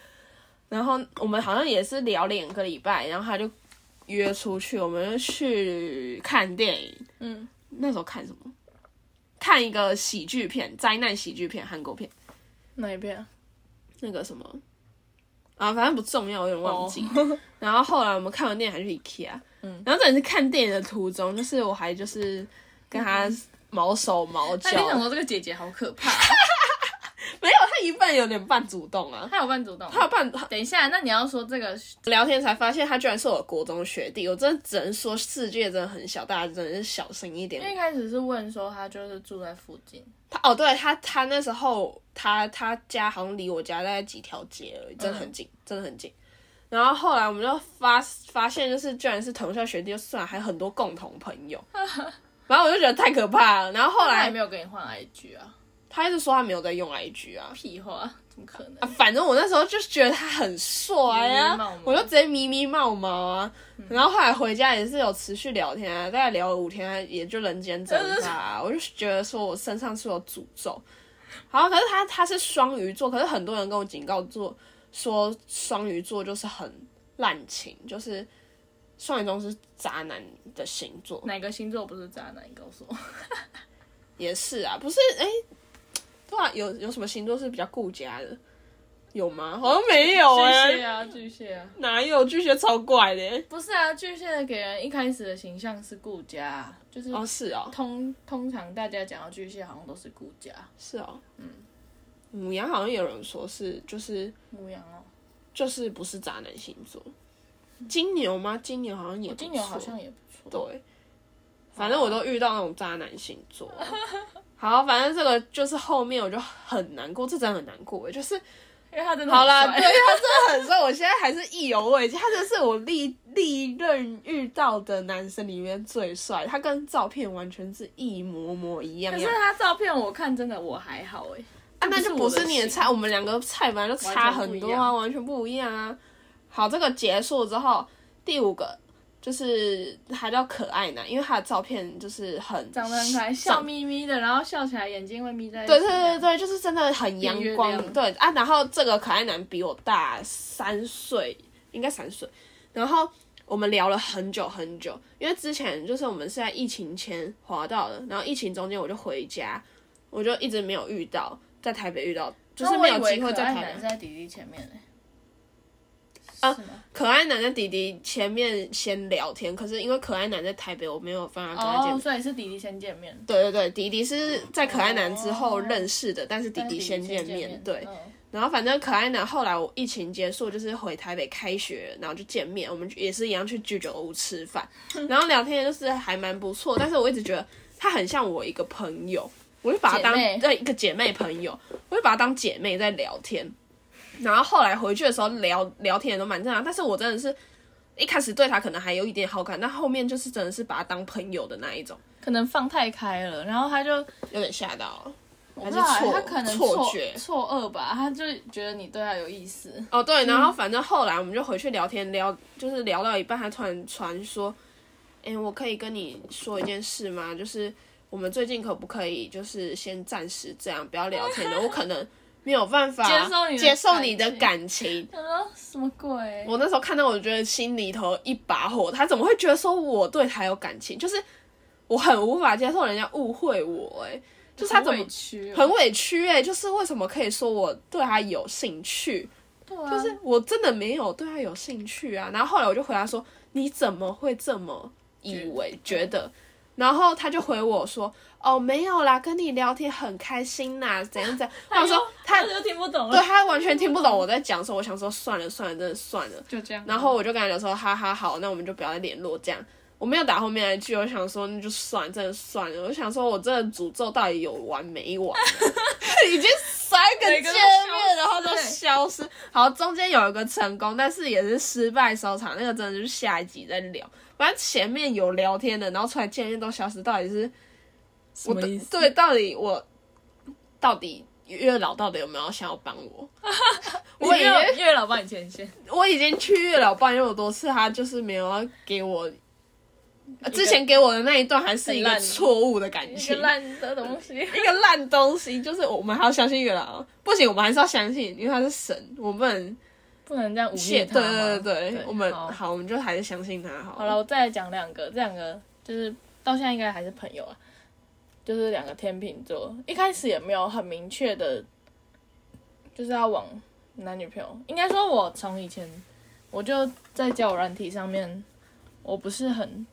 Speaker 1: 然后我们好像也是聊两个礼拜，然后他就约出去，我们就去看电影。
Speaker 2: 嗯，
Speaker 1: 那时候看什么？看一个喜剧片，灾难喜剧片，韩国片，
Speaker 2: 哪一
Speaker 1: 啊
Speaker 2: 边？
Speaker 1: 那个什么啊，反正不重要，我有点忘记。
Speaker 2: 哦
Speaker 1: 然后后来我们看完电影还去 IKEA，嗯，然后等是看电影的途中，就是我还就是跟他毛手毛脚
Speaker 2: 他一，嗯定想说这个姐姐好可怕啊，
Speaker 1: 没有他一半有点半主动啊，
Speaker 2: 他有半主动。
Speaker 1: 他有半
Speaker 2: 等一下，那你要说这个
Speaker 1: 聊天才发现他居然是我国中学弟，我真的只能说世界真的很小，大家真的是小心一点
Speaker 2: 因。为一开始是问说他就是住在附近，
Speaker 1: 他哦，对他，他那时候他他家好像离我家大概几条街而已，真的
Speaker 2: 嗯
Speaker 1: 很近，真的很近。然后后来我们就发发现，就是居然是同校学弟，就算了还有很多共同朋 友。然后我就觉得太可怕了。然后后
Speaker 2: 他也
Speaker 1: 来
Speaker 2: 没有跟你换 IG 啊，
Speaker 1: 他一直说他没有在用 IG 啊，
Speaker 2: 屁话，怎么可能？
Speaker 1: 啊反正我那时候就是觉得他很帅
Speaker 2: 迷迷冒
Speaker 1: 啊
Speaker 2: 冒，嗯
Speaker 1: 我就直接迷迷冒冒啊。然后后来回家也是有持续聊天啊，大概聊了五天啊，也就人间蒸发啊。
Speaker 2: 嗯
Speaker 1: 我就觉得说我身上是有诅咒。好，可是他他是双鱼座，可是很多人跟我警告座说双鱼座就是很滥情，就是双鱼座是渣男的星座，
Speaker 2: 哪个星座不是渣男？你告诉我。
Speaker 1: 也是啊，不是哎、对啊，有有什么星座是比较顾家的？有吗？ 好像没有哎、
Speaker 2: 巨蟹啊，巨蟹啊。
Speaker 1: 哪有巨蟹超怪的欸？
Speaker 2: 不是啊，巨蟹给人一开始的形象是顾家啊，就是
Speaker 1: 哦，是哦，
Speaker 2: 通通常大家讲到巨蟹，好像都是顾家
Speaker 1: 是哦，嗯，母羊好像有人说是，就是
Speaker 2: 牧羊哦。
Speaker 1: 就是不是渣男星座。金牛吗？金牛好像也不
Speaker 2: 哦金牛
Speaker 1: 错
Speaker 2: 好像也不哦错，啊
Speaker 1: 对，反正我都遇到那种渣男星座。好，反正这个就是后面我就很难过，这真的很难过欸，就是
Speaker 2: 因为他真的很
Speaker 1: 好啦，
Speaker 2: 帅
Speaker 1: 对他真的很帅，我现在还是意犹未尽。他真的是我历历任遇到的男生里面最帅，他跟照片完全是一模模一样
Speaker 2: 可是
Speaker 1: 样。
Speaker 2: 他照片我看真的我还好哎、
Speaker 1: 啊，那就不是你的
Speaker 2: 差。
Speaker 1: 菜，我们两个菜本来就差很多啊，完全不一样啊。好，这个结束之后，第五个就是还叫可爱男，因为他的照片就是很
Speaker 2: 长得很可爱，笑眯眯的，然后笑起来眼睛会眯在一起。
Speaker 1: 对对对对，就是真的很阳
Speaker 2: 变月
Speaker 1: 光。
Speaker 2: 亮
Speaker 1: 对啊，然后这个可爱男比我大三岁，应该三岁。然后我们聊了很久很久，因为之前就是我们是在疫情前滑到的，然后疫情中间我就回家，我就一直没有遇到，在台北遇到，就
Speaker 2: 那
Speaker 1: 是
Speaker 2: 我
Speaker 1: 没
Speaker 2: 以
Speaker 1: 有
Speaker 2: 为
Speaker 1: 机会啊
Speaker 2: 可
Speaker 1: 在
Speaker 2: 爱
Speaker 1: 台
Speaker 2: 男
Speaker 1: 北
Speaker 2: 是。在弟弟前面哎、
Speaker 1: 啊
Speaker 2: 是吗？
Speaker 1: 可爱男跟弟弟前面先聊天，可是因为可爱男在台北，我没有办法跟他见
Speaker 2: 哦，
Speaker 1: 面。
Speaker 2: 所以是弟弟先见面，
Speaker 1: 对对对，弟弟是在可爱男之后认识的，但是弟
Speaker 2: 哦但是
Speaker 1: 弟
Speaker 2: 弟
Speaker 1: 先见
Speaker 2: 见
Speaker 1: 面。对，
Speaker 2: 嗯
Speaker 1: 然后反正可爱男后来我疫情结束，就是回台北开学，然后就见面，我们也是一样去居酒屋吃饭，然后聊天就是还蛮不错，但是我一直觉得他很像我一个朋友，我就把他当
Speaker 2: 姐妹
Speaker 1: 对一个姐妹朋友，我就把他当姐妹在聊天。然后后来回去的时候聊聊天也都蛮正常，但是我真的是一开始对他可能还有一点好感，但后面就是真的是把他当朋友的那一种，
Speaker 2: 可能放太开了，然后他就
Speaker 1: 有点吓到了。
Speaker 2: 还
Speaker 1: 是错
Speaker 2: 他可能
Speaker 1: 错
Speaker 2: 错
Speaker 1: 觉
Speaker 2: 错愕吧，他就觉得你对他有意思，
Speaker 1: 哦，对，然后反正后来我们就回去聊天，聊就是聊到一半，他突然传说，哎、我可以跟你说一件事吗？就是我们最近可不可以就是先暂时这样，不要聊天了？我可能没有办法
Speaker 2: 接受你的
Speaker 1: 接受你的
Speaker 2: 感情
Speaker 1: 感情。
Speaker 2: 他说什么鬼？
Speaker 1: 我那时候看到，我觉得心里头一把火，他怎么会觉得说我对他有感情？就是我很无法接受人家误会我、诶哎，就是他
Speaker 2: 好
Speaker 1: 怎么
Speaker 2: 委屈哦、
Speaker 1: 很委屈、诶哎，就是为什么可以说我对他有兴趣？
Speaker 2: 对啊，
Speaker 1: 就是我真的没有对他有兴趣啊。然后后来我就回答说：“你怎么会这么以为觉得？”然后他就回我说：“哦，没有啦，跟你聊天很开心啦，怎样 怎样。”我想
Speaker 2: 又
Speaker 1: 说他
Speaker 2: 就听不懂
Speaker 1: 对
Speaker 2: 了，
Speaker 1: 他完全听不懂我在讲什么，我想说算了算了，真的算了。
Speaker 2: 就这样。
Speaker 1: 然后我就跟他讲说：“哈哈，好，那我们就不要再联络这样。”我没有打后面那一句，我想说那就算，真的算了。我想说，我这个诅咒到底有完没完啊？ 已经三个见
Speaker 2: 每个都
Speaker 1: 面，然后都
Speaker 2: 消失
Speaker 1: 消失。好，中间有一个成功，但是也是失败收场。那个真的就是下一集再聊。反正前面有聊天的，然后出来见面都消失，到底是
Speaker 2: 什
Speaker 1: 我
Speaker 2: 么意思？
Speaker 1: 对，到底我到底月老到底有没有想要帮 我？
Speaker 2: 你
Speaker 1: 我
Speaker 2: 没
Speaker 1: 以
Speaker 2: 有
Speaker 1: 为
Speaker 2: 月老帮你牵线，
Speaker 1: 我已经去月老办有多次，他就是没有要给我。呃之前给我的那一段还是一
Speaker 2: 很
Speaker 1: 个
Speaker 2: 烂
Speaker 1: 错误的感
Speaker 2: 一
Speaker 1: 情
Speaker 2: 个，烂的东西。
Speaker 1: 一个烂东西，就是我们还要相信月老，不行，我们还是要相信，因为他是神，我们
Speaker 2: 不
Speaker 1: 不能
Speaker 2: 能这样污
Speaker 1: 谢。
Speaker 2: 蔑他
Speaker 1: 对
Speaker 2: 嘛。
Speaker 1: 对对对，我们
Speaker 2: 好
Speaker 1: 好，我们就还是相信他好
Speaker 2: 好了，我再来讲两个，这两个就是到现在应该还是朋友啊，就是两个天秤座，一开始也没有很明确的，就是要往男女朋友。应该说，我从以前我就在交友软体上面，我不是很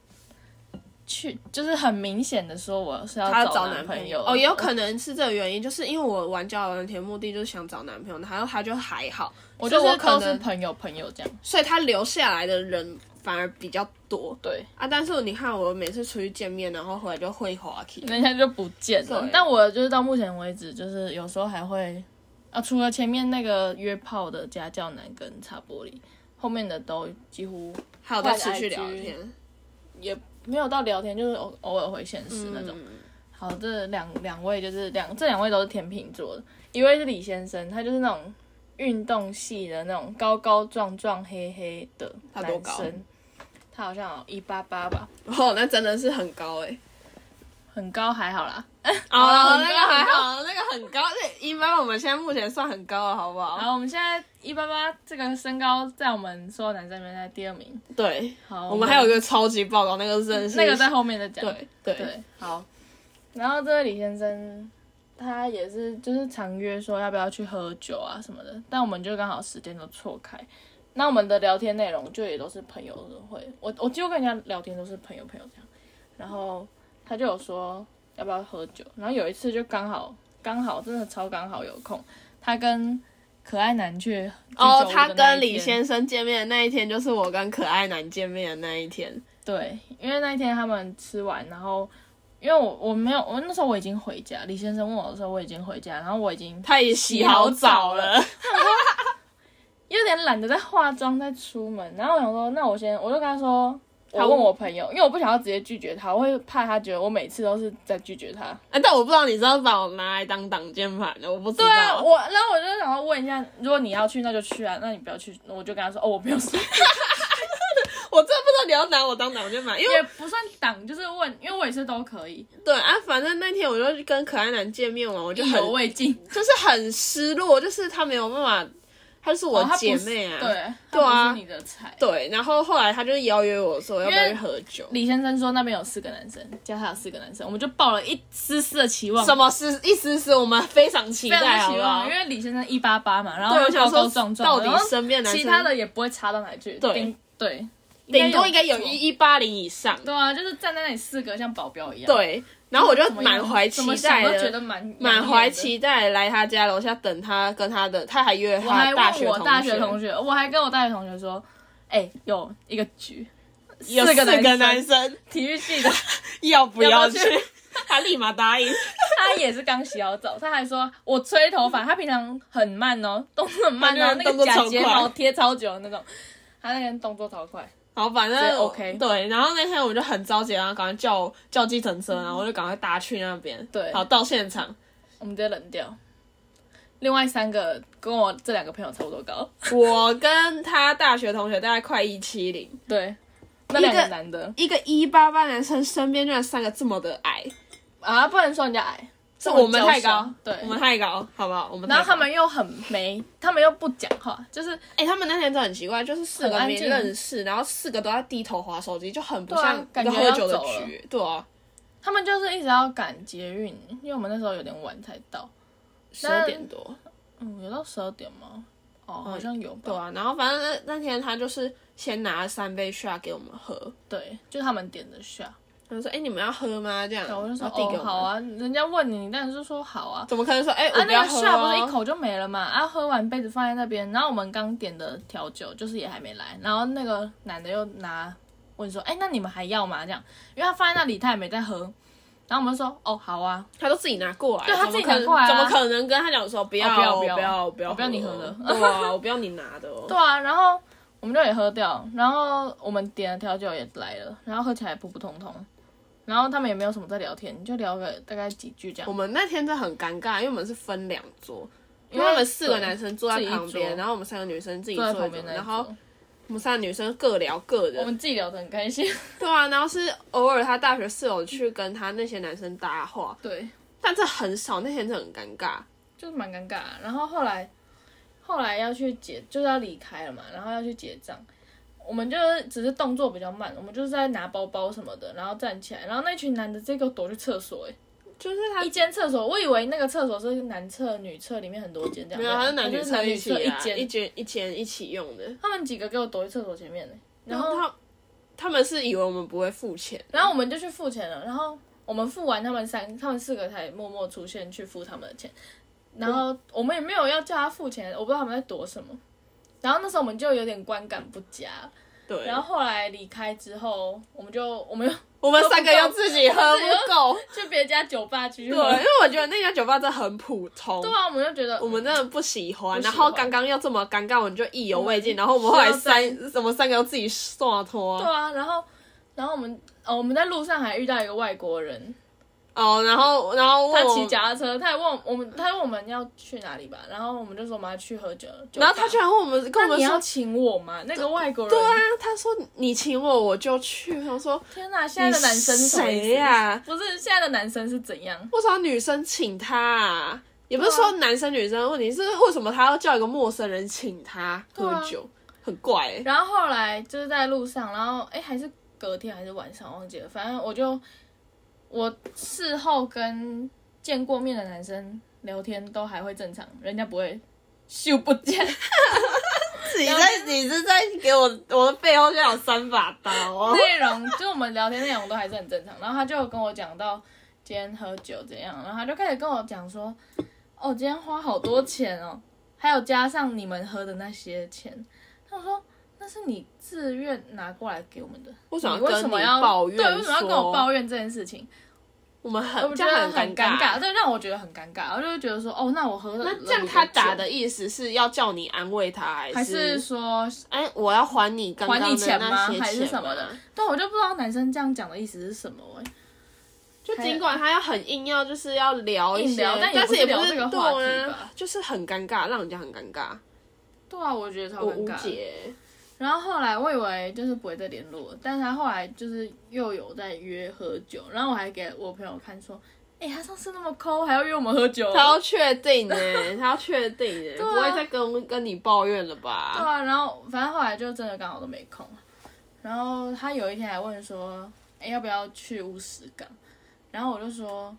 Speaker 2: 去，就是很明显的说我是要
Speaker 1: 他要
Speaker 2: 找
Speaker 1: 男
Speaker 2: 朋
Speaker 1: 友
Speaker 2: 友
Speaker 1: 哦，也有可能是这个原因，就是因为我玩交友软件的目的就是想找男朋友，然后他就还好，
Speaker 2: 我
Speaker 1: 所
Speaker 2: 就
Speaker 1: 以我
Speaker 2: 是
Speaker 1: 可
Speaker 2: 都是
Speaker 1: 能，
Speaker 2: 朋友朋友这样。
Speaker 1: 所以他留下来的人反而比较多
Speaker 2: 对，
Speaker 1: 啊。但是你看，我每次出去见面，然后回来就会滑稽。
Speaker 2: 人家就不见了
Speaker 1: 对。
Speaker 2: 但我就是到目前为止，就是有时候还会啊，除了前面那个约炮的家教男跟擦玻璃，后面的都几乎
Speaker 1: 还有再持续聊天，
Speaker 2: 也没有到聊天，就是偶偶尔回现实那种。
Speaker 1: 嗯
Speaker 2: 好，这两两位就是两这两位都是天秤座的，一位是李先生，他就是那种运动系的那种高高壮壮黑黑的
Speaker 1: 他
Speaker 2: 男
Speaker 1: 多高
Speaker 2: 生，他好像一八八吧，
Speaker 1: 哦，那真的是很高 哎、
Speaker 2: 很高还好啦。
Speaker 1: 哦，那
Speaker 2: 很高
Speaker 1: 个还好，那个很高，那一般我们现在目前算很高了，好不好？
Speaker 2: 好，我们现在一八八这个身高在我们所有男生里面在第二名。
Speaker 1: 对，
Speaker 2: 好，
Speaker 1: 我们还有一个超级报告，那个真的是
Speaker 2: 哦那个在后面再讲。
Speaker 1: 对 对
Speaker 2: 对，好。然后这位李先生，他也是就是常约说要不要去喝酒啊什么的，但我们就刚好时间都错开。那我们的聊天内容就也都是朋友的会，我我几乎跟人家聊天都是朋友朋友这样。然后他就有说要不要喝酒，然后有一次就刚好刚好真的超刚好有空，他跟可爱男去居酒
Speaker 1: 哦，
Speaker 2: 屋
Speaker 1: 他
Speaker 2: 的那一
Speaker 1: 跟李
Speaker 2: 天
Speaker 1: 先生见面的那一天，就是我跟可爱男见面的那一天。
Speaker 2: 对，因为那一天他们吃完，然后因为我我没有，我那时候我已经回家，李先生问我的时候我已经回家，然后我已经
Speaker 1: 他也洗好澡了，
Speaker 2: 有点懒得再化妆再出门，然后我想说，那我先，我就跟他说，我问我朋友，因为我不想要直接拒绝他，我会怕他觉得我每次都是在拒绝他。
Speaker 1: 哎，但我不知道你是要把我拿来当挡箭牌的，我不知道。
Speaker 2: 对啊，我然后我就想要问一下，如果你要去，那就去啊，那你不要去，我就跟他说，哦，我不用说，
Speaker 1: 我真的不知道你要拿我当挡箭牌，因为
Speaker 2: 也不算挡，就是问，因为我也是都可以，
Speaker 1: 对啊，反正那天我就跟可爱男见面完，我就
Speaker 2: 意
Speaker 1: 很
Speaker 2: 犹未尽。
Speaker 1: 就是很失落，就是他没有办法，他是我
Speaker 2: 哦他不
Speaker 1: 姐
Speaker 2: 是
Speaker 1: 妹啊，
Speaker 2: 对，
Speaker 1: 对啊
Speaker 2: 他不是你的菜。
Speaker 1: 对，然后后来他就邀约我说要不要去喝酒，
Speaker 2: 李先生说那边有四个男生，加他有四个男生，我们就抱了一丝丝的期望，
Speaker 1: 什么是一丝丝，我们非常期
Speaker 2: 非常
Speaker 1: 待，
Speaker 2: 的
Speaker 1: 好
Speaker 2: 期
Speaker 1: 不
Speaker 2: 望，
Speaker 1: 好
Speaker 2: 因？为李先生一八八嘛，然后
Speaker 1: 对，我想
Speaker 2: 高
Speaker 1: 说
Speaker 2: 高壮壮
Speaker 1: 到
Speaker 2: 的，
Speaker 1: 底
Speaker 2: 然后
Speaker 1: 身边男生
Speaker 2: 其他的也不会差到哪里去，
Speaker 1: 对
Speaker 2: 顶对，
Speaker 1: 顶多应该有
Speaker 2: 不
Speaker 1: 一
Speaker 2: 错。
Speaker 1: 一八零以上，
Speaker 2: 对啊，就是站在那里四个像保镖一样。，
Speaker 1: 对，然后我就满怀期待
Speaker 2: 觉
Speaker 1: 的。
Speaker 2: 得蛮
Speaker 1: 满怀。期待地来他家楼下等他，跟他的他还约
Speaker 2: 我
Speaker 1: 他
Speaker 2: 还
Speaker 1: 的
Speaker 2: 问
Speaker 1: 学
Speaker 2: 我大学同
Speaker 1: 同学，
Speaker 2: 学，我还跟我大学同学说，哎，有一个局，
Speaker 1: 有四个男
Speaker 2: 男，
Speaker 1: 生
Speaker 2: 体育系的，
Speaker 1: 要不要
Speaker 2: 要
Speaker 1: 去
Speaker 2: 去？
Speaker 1: 他立马答应。
Speaker 2: 他也是刚洗好澡，他还说我吹头发，他平常很慢哦，动作很慢哦，
Speaker 1: 嗯他
Speaker 2: 那
Speaker 1: 就
Speaker 2: 个假
Speaker 1: 动作
Speaker 2: 睫
Speaker 1: 超快
Speaker 2: 毛贴超久的那种，他那个人动作超快。
Speaker 1: 好，反
Speaker 2: 直
Speaker 1: 正
Speaker 2: 接 OK
Speaker 1: 对，然后那天我就很着急，然后赶快叫叫计程车，然后我就赶快搭去那边。
Speaker 2: 对
Speaker 1: 好到现场，
Speaker 2: 我们直接冷掉。另外三个跟我这两个朋友差不多 高，
Speaker 1: 我跟他大学同学大概快一七零，
Speaker 2: 对，那
Speaker 1: 一个
Speaker 2: 两个男的
Speaker 1: 一个一八八男生身边居然三个这么的矮，
Speaker 2: 啊，不能说人家矮，
Speaker 1: 是我们太
Speaker 2: 这么娇
Speaker 1: 高
Speaker 2: 小，对
Speaker 1: 我。们太高，好不好？我们太
Speaker 2: 然后他
Speaker 1: 高
Speaker 2: 们又很没，他们又不讲话，就是
Speaker 1: 哎、他们那天真的很奇怪，就是四
Speaker 2: 很
Speaker 1: 个
Speaker 2: 安
Speaker 1: 没
Speaker 2: 静
Speaker 1: 认识，然后四个都在低头划手机，就很不
Speaker 2: 对啊
Speaker 1: 像一
Speaker 2: 感
Speaker 1: 个
Speaker 2: 觉
Speaker 1: 喝
Speaker 2: 要
Speaker 1: 酒的
Speaker 2: 走了
Speaker 1: 局。对啊，
Speaker 2: 他们就是一直要赶捷运，因为我们那时候有点晚才到，
Speaker 1: 十
Speaker 2: 那
Speaker 1: 二点多。
Speaker 2: 嗯，有到十二点吗？哦，好像有吧。
Speaker 1: 对啊，然后反正那那天他就是先拿了三杯 shot 给我们喝，
Speaker 2: 对，就他们点的下，
Speaker 1: 他就说：“哎、你们要喝吗？”这样，
Speaker 2: 然后我就说
Speaker 1: 然后递给
Speaker 2: 哦
Speaker 1: 我们。
Speaker 2: 好啊，人家问你，你当然是说好啊。
Speaker 1: 怎么可能说哎、
Speaker 2: 啊
Speaker 1: 我，不
Speaker 2: 那
Speaker 1: 要
Speaker 2: 个
Speaker 1: 喝、
Speaker 2: 下不是一口就没了嘛？啊，喝完杯子放在那边，然后我们刚点的调酒就是也还没来，然后那个男的又拿问说，哎、那你们还要吗？这样，因为他放在那里，他也没在喝，然后我们就说，哦，好啊，
Speaker 1: 他都自己拿过来，
Speaker 2: 对他
Speaker 1: 怎么
Speaker 2: 自己
Speaker 1: 可能
Speaker 2: 拿过来啊
Speaker 1: 怎么可能跟他讲说不要、
Speaker 2: 哦不要
Speaker 1: 不
Speaker 2: 不要
Speaker 1: 要不要
Speaker 2: 我不要你
Speaker 1: 喝
Speaker 2: 喝的
Speaker 1: 对啊，我不要你拿的哦。
Speaker 2: 对啊，然后我们就也喝掉，然后我们点的调酒也来了，然后喝起来普普通通，然后他们也没有什么在聊天，就聊个大概几句这
Speaker 1: 我
Speaker 2: 样，
Speaker 1: 们那天真的很尴尬，因为我们是分两桌，
Speaker 2: 因
Speaker 1: 因为
Speaker 2: 为
Speaker 1: 他们四个男生坐在
Speaker 2: 对
Speaker 1: 旁
Speaker 2: 自己一
Speaker 1: 边，
Speaker 2: 桌
Speaker 1: 然后我们三个女生自己
Speaker 2: 坐
Speaker 1: 坐
Speaker 2: 在
Speaker 1: 一
Speaker 2: 旁边
Speaker 1: 桌
Speaker 2: 那一
Speaker 1: 然后
Speaker 2: 桌
Speaker 1: 我们三个女生各聊各
Speaker 2: 我
Speaker 1: 的，
Speaker 2: 们自己聊得很开心，
Speaker 1: 对啊，然后是偶尔他大学室友去跟他那些男生搭话，
Speaker 2: 对。
Speaker 1: 但这很少，那天真的很尴尬。
Speaker 2: 就是蛮尴尬、然后后来，后来要去结，就是要离开了嘛，然后要去结账，我们就是只是动作比较慢，我们就是在拿包包什么的，然后站起来，然后那群男的直接给我躲去厕所、欸，
Speaker 1: 就是
Speaker 2: 一间厕所，我以为那个厕所是男厕、女厕，里面很多间这样，
Speaker 1: 他没有，他
Speaker 2: 他
Speaker 1: 是男女
Speaker 2: 就是男
Speaker 1: 生
Speaker 2: 女
Speaker 1: 起
Speaker 2: 厕一
Speaker 1: 啊，一
Speaker 2: 间，
Speaker 1: 间一间一起用的。
Speaker 2: 他们几个给我躲去厕所前面、欸，然
Speaker 1: 然后
Speaker 2: 后
Speaker 1: 他他们是以为我们不会付钱，
Speaker 2: 然后我们就去付钱了，然后我们付完，他们三他们四个才默默出现去付他们的钱，然后我们也没有要叫他付钱，我不知道他们在躲什么。然后那时候我们就有点观感不佳，
Speaker 1: 对，
Speaker 2: 然后后来离开之后，我们就我们又
Speaker 1: 我们三个又自己喝不够，
Speaker 2: 去别家酒吧继续
Speaker 1: 对，
Speaker 2: 喝。
Speaker 1: 因为我觉得那家酒吧真的很普通
Speaker 2: 对。啊，我们就觉得
Speaker 1: 我们真的不喜欢，
Speaker 2: 不喜
Speaker 1: 然
Speaker 2: 欢嗯
Speaker 1: 后刚刚又这么尴尬，我们就意犹未尽。然后我们后来三，我们三个又自己刷脱
Speaker 2: 对啊，然后然后我们哦我们在路上还遇到一个外国人，
Speaker 1: 哦，然后然后
Speaker 2: 他
Speaker 1: 问我
Speaker 2: 骑脚，踏车，他还问我们他问我们要去哪里吧，然后我们就说我们要去喝酒，酒吧
Speaker 1: 然后他居然问我们，跟
Speaker 2: 那
Speaker 1: 我们
Speaker 2: 你要
Speaker 1: 说，
Speaker 2: 请我吗？那个外国人
Speaker 1: 对啊，他说你请我我就去，我想说
Speaker 2: 天哪，现在的男生是什么意思
Speaker 1: 谁？啊呀？
Speaker 2: 不是现在的男生是怎样？
Speaker 1: 为什么女生请他、啊？也不是说男生女生的问题，是为什么他要叫一个陌生人请他
Speaker 2: 对
Speaker 1: 喝
Speaker 2: 啊
Speaker 1: 酒，很怪、欸。
Speaker 2: 然后后来就是在路上，然后哎、还是隔天还是晚上忘记了，反正我就我事后跟见过面的男生聊天都还会正常，人家不会秀不见。
Speaker 1: 你在你是在给我我的背后就有三把刀 哦。
Speaker 2: 内容，就我们聊天内容都还是很正常。然后他就跟我讲到今天喝酒怎样，然后他就开始跟我讲说，哦，今天花好多钱哦，还有加上你们喝的那些钱。他说那是你自愿拿过来给我们的，
Speaker 1: 为什么
Speaker 2: 你为
Speaker 1: 跟
Speaker 2: 什
Speaker 1: 你
Speaker 2: 么要
Speaker 1: 抱怨？
Speaker 2: 对，为什么要跟我抱？怨这件事情？
Speaker 1: 我们
Speaker 2: 我
Speaker 1: 很这
Speaker 2: 觉得
Speaker 1: 样
Speaker 2: 很
Speaker 1: 很
Speaker 2: 尴
Speaker 1: 尴
Speaker 2: 尬，。对，让我觉得很尴尬，我就会觉得说，哦，那我喝了
Speaker 1: 那这样
Speaker 2: 我
Speaker 1: 他
Speaker 2: 酒
Speaker 1: 打的意思是要叫你安慰他，还是
Speaker 2: 还是说
Speaker 1: 哎，我要还你刚刚
Speaker 2: 还
Speaker 1: 的
Speaker 2: 你钱吗
Speaker 1: 那，些钱吗
Speaker 2: 还是什么的？？但我就不知道男生这样讲的意思是什么哎、
Speaker 1: 就尽管他要很硬要，就是要聊一
Speaker 2: 硬
Speaker 1: 些
Speaker 2: 聊，但也
Speaker 1: 但
Speaker 2: 不是
Speaker 1: 也
Speaker 2: 聊
Speaker 1: 不是
Speaker 2: 这个
Speaker 1: 对
Speaker 2: 话题
Speaker 1: 啊
Speaker 2: 吧，
Speaker 1: 就是很尴尬，让人家很尴尬，
Speaker 2: 对啊，我觉得超
Speaker 1: 我
Speaker 2: 尴
Speaker 1: 无
Speaker 2: 尬。
Speaker 1: 解。
Speaker 2: 然后后来我以为就是不会再联络了，但是他后来就是又有在约喝酒，然后我还给我朋友看说，哎、他上次那么抠，还要约我们喝酒，
Speaker 1: 他要确定呢、 他要确定呢、
Speaker 2: 啊
Speaker 1: 不会再跟跟你抱怨了吧？
Speaker 2: 对啊，然后反正后来就真的刚好都没空。然后他有一天还问说，哎、要不要去乌石港？然后我就说，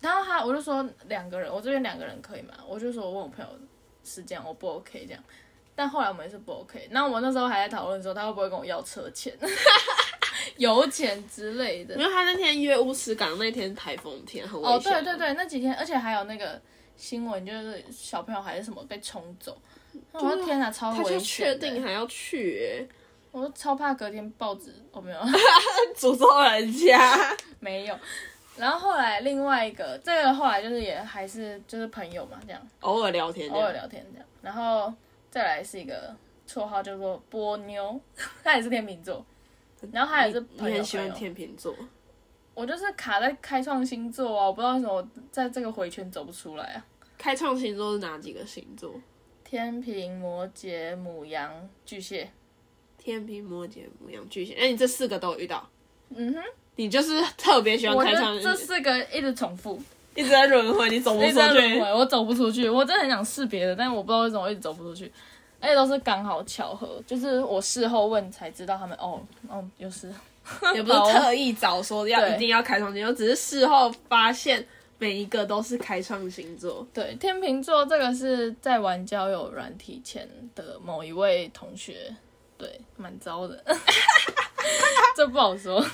Speaker 2: 然后他我就说两个人，我这边两个人可以吗？我就说我问我朋友时间，我不 OK 这样。但后来我们也是不 OK。那我那时候还在讨论说，他会不会跟我要车钱、 油钱之类的
Speaker 1: 因。为他那天约乌石港那天台风天，很危
Speaker 2: 哦，
Speaker 1: 险。
Speaker 2: 对对，对，那几天，而且还有那个新闻，就是小朋友还是什么被冲走。我
Speaker 1: 是
Speaker 2: 说天哪，超
Speaker 1: 啊他就
Speaker 2: 危
Speaker 1: 确
Speaker 2: 险的欸！
Speaker 1: 定还要去、欸，
Speaker 2: 我超怕隔天报纸，我、没有，
Speaker 1: 诅咒人家。
Speaker 2: 没有。然后后来另外一个，这个后来就是也还是就是朋友嘛，这样
Speaker 1: 偶尔聊天，
Speaker 2: 偶尔。聊天这样。然后再来是一个绰号叫做波妞，他也是天秤座，然后他也是
Speaker 1: 你
Speaker 2: 朋友
Speaker 1: 很喜
Speaker 2: 朋
Speaker 1: 欢
Speaker 2: 友。
Speaker 1: 天秤座，
Speaker 2: 我就是卡在开创星座啊，我不知道为什么我在这个回圈走不出来啊。
Speaker 1: 开创星座是哪几个星座？
Speaker 2: 天平、摩羯、母羊、巨蟹，
Speaker 1: 天平、摩羯、母羊、巨蟹。哎、你这四个都有遇到，
Speaker 2: 嗯哼，
Speaker 1: 你就是特别喜欢
Speaker 2: 我
Speaker 1: 开
Speaker 2: 觉
Speaker 1: 创
Speaker 2: 得
Speaker 1: 星
Speaker 2: 这
Speaker 1: 座，
Speaker 2: 四个一直重复，
Speaker 1: 一直在轮回，你走不
Speaker 2: 一
Speaker 1: 出
Speaker 2: 直在轮
Speaker 1: 去
Speaker 2: 回，。我走不出去。我真的很想试别的，但我不知道为什么我一直走不出去，而且都是刚好巧合，就是我事后问才知道他们哦哦有事，
Speaker 1: 也不是特意找说要
Speaker 2: 对
Speaker 1: 一定要开创星座，只是事后发现每一个都是开创星座。
Speaker 2: 对，天秤座这个是在玩交友软体前的某一位同学，对，蛮糟的， 这不好说。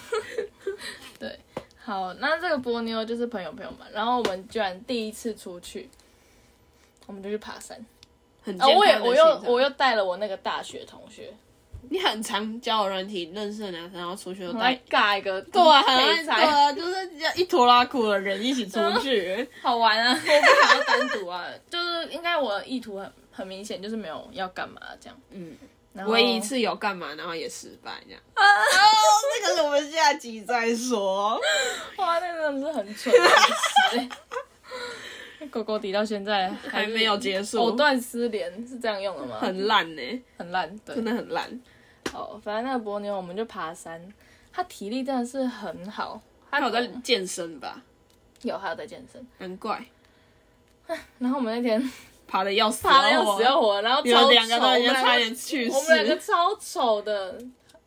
Speaker 2: 对，好，那这个波妞就是朋友朋友嘛，然后我们居然第一次出去，我们就去爬山。
Speaker 1: 很
Speaker 2: 啊、
Speaker 1: 健
Speaker 2: 我也
Speaker 1: 康的
Speaker 2: 我又
Speaker 1: 行程
Speaker 2: 我又带了我那个大学同学，
Speaker 1: 你很常交友软体认识的男生，然后出去都
Speaker 2: 我来
Speaker 1: 带。
Speaker 2: 尬一个，
Speaker 1: 对啊，很
Speaker 2: 配
Speaker 1: 爱对
Speaker 2: 菜，
Speaker 1: 啊，就是要一拖拉苦的人一起出 去。
Speaker 2: 好玩啊！我不想要单独啊，就是应该我的意图很很明显，就是没有要干嘛这样。
Speaker 1: 嗯，
Speaker 2: 然后
Speaker 1: 唯一一次有干嘛，然后也失败这样。啊，这个是我们下集再说。
Speaker 2: 哇，那个真的是很蠢的事欸。那 狗狗底到现在还
Speaker 1: 还
Speaker 2: 是
Speaker 1: 没有结束
Speaker 2: 藕断丝连是这样用的吗？
Speaker 1: 很烂呢、
Speaker 2: 很烂，对
Speaker 1: 真。的很烂。
Speaker 2: 好，反正那个波妞我们就爬山，她体力真的是很好，
Speaker 1: 他有在健身吧？
Speaker 2: 有还有在健身。
Speaker 1: 难怪
Speaker 2: 然后我们那天
Speaker 1: 爬的要死
Speaker 2: 爬的
Speaker 1: 要
Speaker 2: 要
Speaker 1: 活
Speaker 2: 死要活，然后
Speaker 1: 你们
Speaker 2: 超
Speaker 1: 两个
Speaker 2: 丑，
Speaker 1: 都已
Speaker 2: 我
Speaker 1: 经
Speaker 2: 们
Speaker 1: 差
Speaker 2: 两个
Speaker 1: 点去世。
Speaker 2: 我们两个超丑的，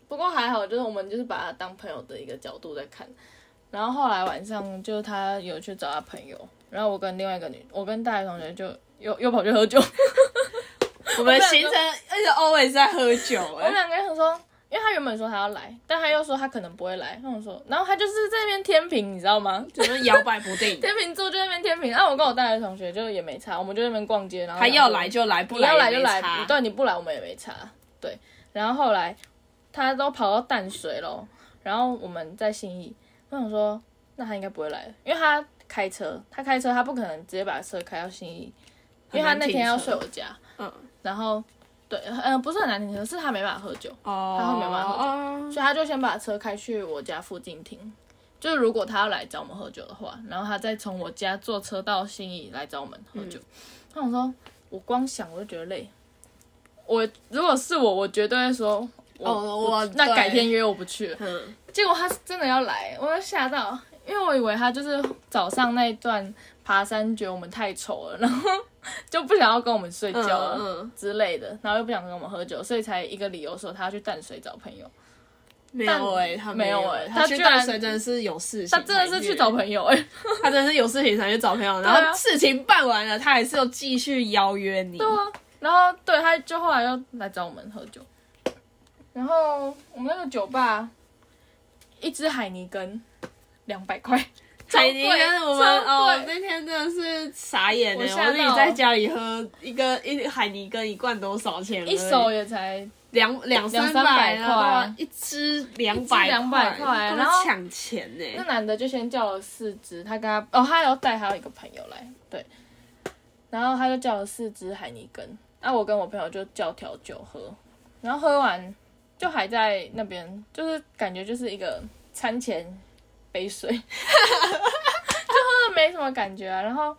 Speaker 2: 不过还好，就是我们就是把他当朋友的一个角度在看。然后后来晚上就是他有去找他朋友，然后我跟另外一个女，我跟大学同学就又又跑去 喝酒，
Speaker 1: 我们行程而且 always 在喝酒、
Speaker 2: 我们
Speaker 1: 欸，
Speaker 2: 两个人想说，因为他原本说他要来，但他又说他可能不会来，那我说，然后他就是在那边天平，你知道吗？
Speaker 1: 就是摇摆不 定，
Speaker 2: 天秤座就在那边天平，然后我跟我大学同学就也没差，我们就在那边逛街，然后
Speaker 1: 他
Speaker 2: 想
Speaker 1: 要
Speaker 2: 说
Speaker 1: 来就来，不
Speaker 2: 你要来
Speaker 1: 也
Speaker 2: 就
Speaker 1: 没
Speaker 2: 来
Speaker 1: 差，
Speaker 2: 对，你不来我们也没差。对，然后后来他都跑到淡水咯，然后我们在信义，我想说，那他应该不会来，因为他开车，他开车他不可能直接把车开到信义，因为他那天要睡我家，
Speaker 1: 嗯，
Speaker 2: 然后对，嗯、不是很难停车，是他没办法喝酒，
Speaker 1: 哦，
Speaker 2: 他后面蛮好的
Speaker 1: 哦
Speaker 2: 所以他就先把车开去我家附近停。就是如果他要来找我们喝酒的话，然后他再从我家坐车到信义来找我们喝
Speaker 1: 嗯
Speaker 2: 酒。他想说，我光想我就觉得累。我如果是我，我绝对会说，我、
Speaker 1: 哦
Speaker 2: 不
Speaker 1: 我
Speaker 2: 那
Speaker 1: 对
Speaker 2: 改天约我不去了。
Speaker 1: 嗯，
Speaker 2: 结果他是真的要来，我就吓到，因为我以为他就是早上那一段爬山觉得我们太丑了，然后 就不想要跟我们睡觉了、
Speaker 1: 嗯嗯
Speaker 2: 之类的，然后又不想跟我们喝酒，所以才一个理由说他要去淡水找朋友。
Speaker 1: 没有哎、他
Speaker 2: 没有
Speaker 1: 有
Speaker 2: 欸他
Speaker 1: 他去
Speaker 2: 居然
Speaker 1: 淡水真的是有事情才
Speaker 2: 他
Speaker 1: 去，
Speaker 2: 真的是去找朋友哎、
Speaker 1: 他真的是有事情才去找朋友，
Speaker 2: 啊
Speaker 1: 然后事情办完了，他还是要继续邀约你，
Speaker 2: 对啊，然后对，他就后来又来找我们喝酒，然后我们那个酒吧，一只海尼根两百块，
Speaker 1: 海宁跟我们
Speaker 2: 超贵
Speaker 1: 哦，那天真的是傻眼哎、
Speaker 2: 我
Speaker 1: 欸，
Speaker 2: 吓到
Speaker 1: 我自己在家里喝一个一海尼跟一罐多少钱而已？
Speaker 2: 一手也才
Speaker 1: 两
Speaker 2: 两
Speaker 1: 两三
Speaker 2: 三百
Speaker 1: 了吧
Speaker 2: 块，啊
Speaker 1: 一只两百
Speaker 2: 两百块啊
Speaker 1: 块，
Speaker 2: 然后
Speaker 1: 抢钱欸呢、
Speaker 2: 那男的就先叫了四只，他跟他哦，他有带还有一个朋友来，对，然后他就叫了四只海尼根，那、我跟我朋友就叫调酒喝，然后喝完就还在那边，就是感觉就是一个餐前杯水， 就喝的没什么感觉啊。然后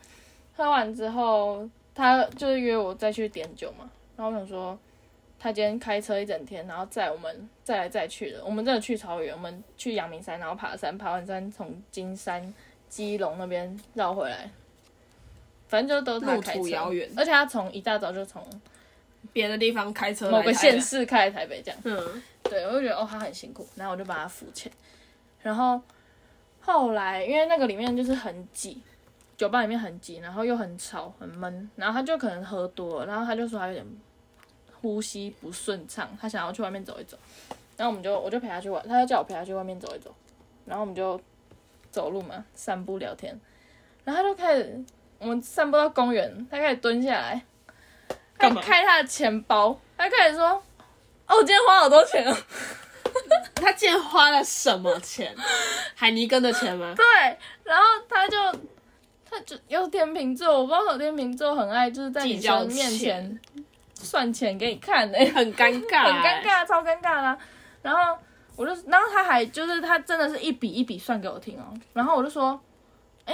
Speaker 2: 喝完之后，他就是约我再去点酒嘛，然后我想说。他今天开车一整天，然后载我们载来载去的。我们真的去超远，我们去阳明山，然后爬山，爬完山从金山、基隆那边绕回来，反正就都是他
Speaker 1: 路
Speaker 2: 开
Speaker 1: 途
Speaker 2: 车
Speaker 1: 遥远
Speaker 2: 而且他从一大早就从
Speaker 1: 别的地方开车
Speaker 2: 某
Speaker 1: 来
Speaker 2: 个
Speaker 1: 台
Speaker 2: 县
Speaker 1: 北，
Speaker 2: 市开来台北这样。
Speaker 1: 嗯，
Speaker 2: 对，我就觉得哦，他很辛苦，然后我就把他付钱。然后后来因为那个里面就是很挤，酒吧里面很挤，然后又很吵很闷，然后他就可能喝多了，然后他就说他有点呼吸不顺畅，他想要去外面走一走。然后我们就我就陪他去玩，他就叫我陪他去外面走一走，然后我们就走路嘛，散步聊天，然后他就开始我们散步到公园，他开始蹲下来，开
Speaker 1: 干
Speaker 2: 始
Speaker 1: 嘛
Speaker 2: 开他的钱包，他开始说：“哦，我今天花好多 钱哦。”
Speaker 1: 他竟然花了什么钱？海尼根的钱吗？
Speaker 2: 对，然后他就他就有天秤座，我不知道有天秤座很爱就是在
Speaker 1: 计
Speaker 2: 女
Speaker 1: 较
Speaker 2: 生面前
Speaker 1: 钱哎
Speaker 2: 算钱给你看 的、欸，
Speaker 1: 很尴尬、欸
Speaker 2: 很尴。尬，超尴尬啦。然后我就，然后他还就是他真的是一笔一笔算给我听哦、然后我就说，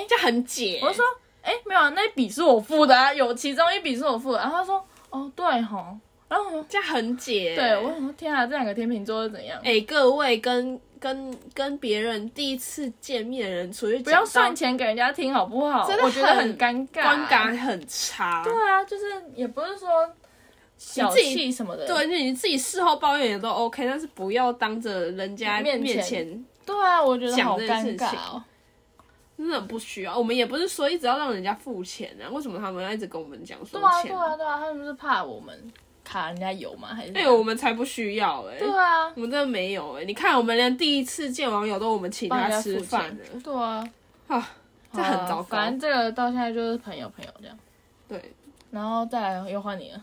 Speaker 1: 就很解，
Speaker 2: 我就说，哎、没有、啊，那一笔是我付的啊，有其中一笔是我付的。然后他说，哦，对吼。然后我说，
Speaker 1: 这样很解。
Speaker 2: 对我想说，天啊，这两个天秤座是怎样？
Speaker 1: 哎、各位跟跟跟别人第一次见面的人出去，
Speaker 2: 不要算，钱给人家听好不好？
Speaker 1: 真的
Speaker 2: 我觉得
Speaker 1: 很
Speaker 2: 很尴尬，
Speaker 1: 观感很差。
Speaker 2: 对啊，就是也不是说小
Speaker 1: 你自
Speaker 2: 气
Speaker 1: 己
Speaker 2: 什么的。
Speaker 1: 对，你自己事后抱怨也都 OK，但是不要当着人家
Speaker 2: 面前
Speaker 1: 前，
Speaker 2: 对啊，我觉得
Speaker 1: 讲
Speaker 2: 好
Speaker 1: 这件
Speaker 2: 尴
Speaker 1: 事
Speaker 2: 尬
Speaker 1: 情
Speaker 2: 哦。
Speaker 1: 真的很不需要。我们也不是说一直要让人家付钱啊，为什么他们要一直跟我们讲说
Speaker 2: 对啊，
Speaker 1: 钱？
Speaker 2: 对啊，对啊，他们是怕我们卡人家油吗？还是？
Speaker 1: 哎、我们才不需要哎、
Speaker 2: 对啊，
Speaker 1: 我们真的没有哎、你看我们连第一次见网友都我们请
Speaker 2: 帮人
Speaker 1: 他
Speaker 2: 家
Speaker 1: 吃
Speaker 2: 付
Speaker 1: 饭的，
Speaker 2: 钱。对啊，
Speaker 1: 啊，这很
Speaker 2: 啊
Speaker 1: 糟糕。
Speaker 2: 反正这个到现在就是朋友朋友这样，
Speaker 1: 对，
Speaker 2: 然后再来又换你了。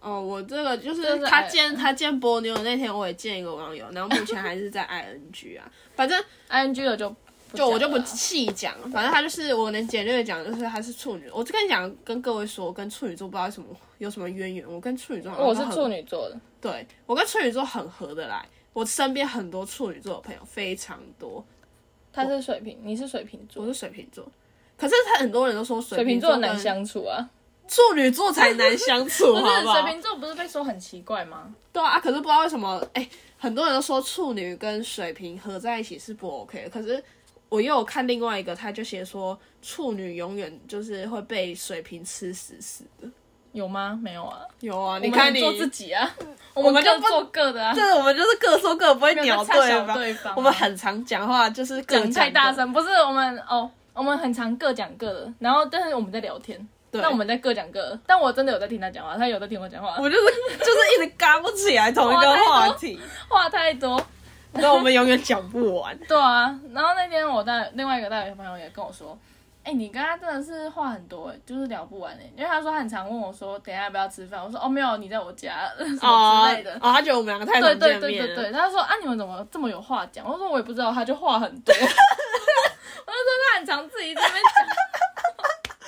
Speaker 1: 哦，我这个就是
Speaker 2: 就是
Speaker 1: 他
Speaker 2: 爱
Speaker 1: 见他见波妞的那天，我也见一个网友，然后目前还是在 ING 啊。反正
Speaker 2: ing 的就不
Speaker 1: 就我就
Speaker 2: 讲
Speaker 1: 不
Speaker 2: 了啊
Speaker 1: 细讲，反正他就是我能简略地讲，就是他是处女。我就跟你讲，跟各位说，我跟处女座不知道有什么有什么渊源。我跟处女座好像
Speaker 2: 我是
Speaker 1: 很
Speaker 2: 处，女座的，
Speaker 1: 对我跟处女座很合得来。我身边很多处女座的朋友非常多，
Speaker 2: 他是水瓶，你是水瓶
Speaker 1: 我
Speaker 2: 座，
Speaker 1: 是水瓶座。可是他很多人都说水
Speaker 2: 水瓶
Speaker 1: 座
Speaker 2: 座难
Speaker 1: 跟
Speaker 2: 相处啊。
Speaker 1: 处女座才难相处，
Speaker 2: 不
Speaker 1: 好
Speaker 2: 是
Speaker 1: 好？
Speaker 2: 水瓶座不是被说很奇怪吗？
Speaker 1: 对啊，可是不知道为什么，哎、很多人都说处女跟水瓶合在一起是不 OK 的，可是我又有看另外一个，他就写说处女永远就是会被水瓶吃死死的。
Speaker 2: 有吗？没有啊。
Speaker 1: 有啊，
Speaker 2: 我
Speaker 1: 你
Speaker 2: 们
Speaker 1: 看
Speaker 2: 很
Speaker 1: 你嗯
Speaker 2: 做自己啊，我
Speaker 1: 我
Speaker 2: 们
Speaker 1: 们就
Speaker 2: 各
Speaker 1: 不
Speaker 2: 做各的啊。
Speaker 1: 对，我们就是各说各，不会
Speaker 2: 没有
Speaker 1: 鸟
Speaker 2: 在插小
Speaker 1: 方。
Speaker 2: 对方啊
Speaker 1: 我们很常讲话，就是各
Speaker 2: 讲太大
Speaker 1: 各，
Speaker 2: 声，不是我们哦，我们很常各讲各的，然后但是我们在聊天，
Speaker 1: 对，
Speaker 2: 但我们在各讲各的，但我真的有在听他讲话，他有在听我讲话
Speaker 1: 我，们就是就是一直嘎不起来同一
Speaker 2: 哦
Speaker 1: 个话题，
Speaker 2: 话太多，
Speaker 1: 那我们永远讲 不完。
Speaker 2: 对啊。然后那天我大另外一个大学朋友也跟我说，哎、你跟他真的是话很多、哎，就是聊不完哎、因为他说他很常问我说，等一下要不要吃饭？我说哦没有，你在我家 什么之类的。
Speaker 1: 哦，他觉得我们两个太
Speaker 2: 对
Speaker 1: 常
Speaker 2: 对
Speaker 1: 见
Speaker 2: 对
Speaker 1: 面
Speaker 2: 对
Speaker 1: 了。
Speaker 2: 对，他说啊，你们怎么这么有话讲？我说我也不知道，他就话很多。我就 说他很常自己在那边讲，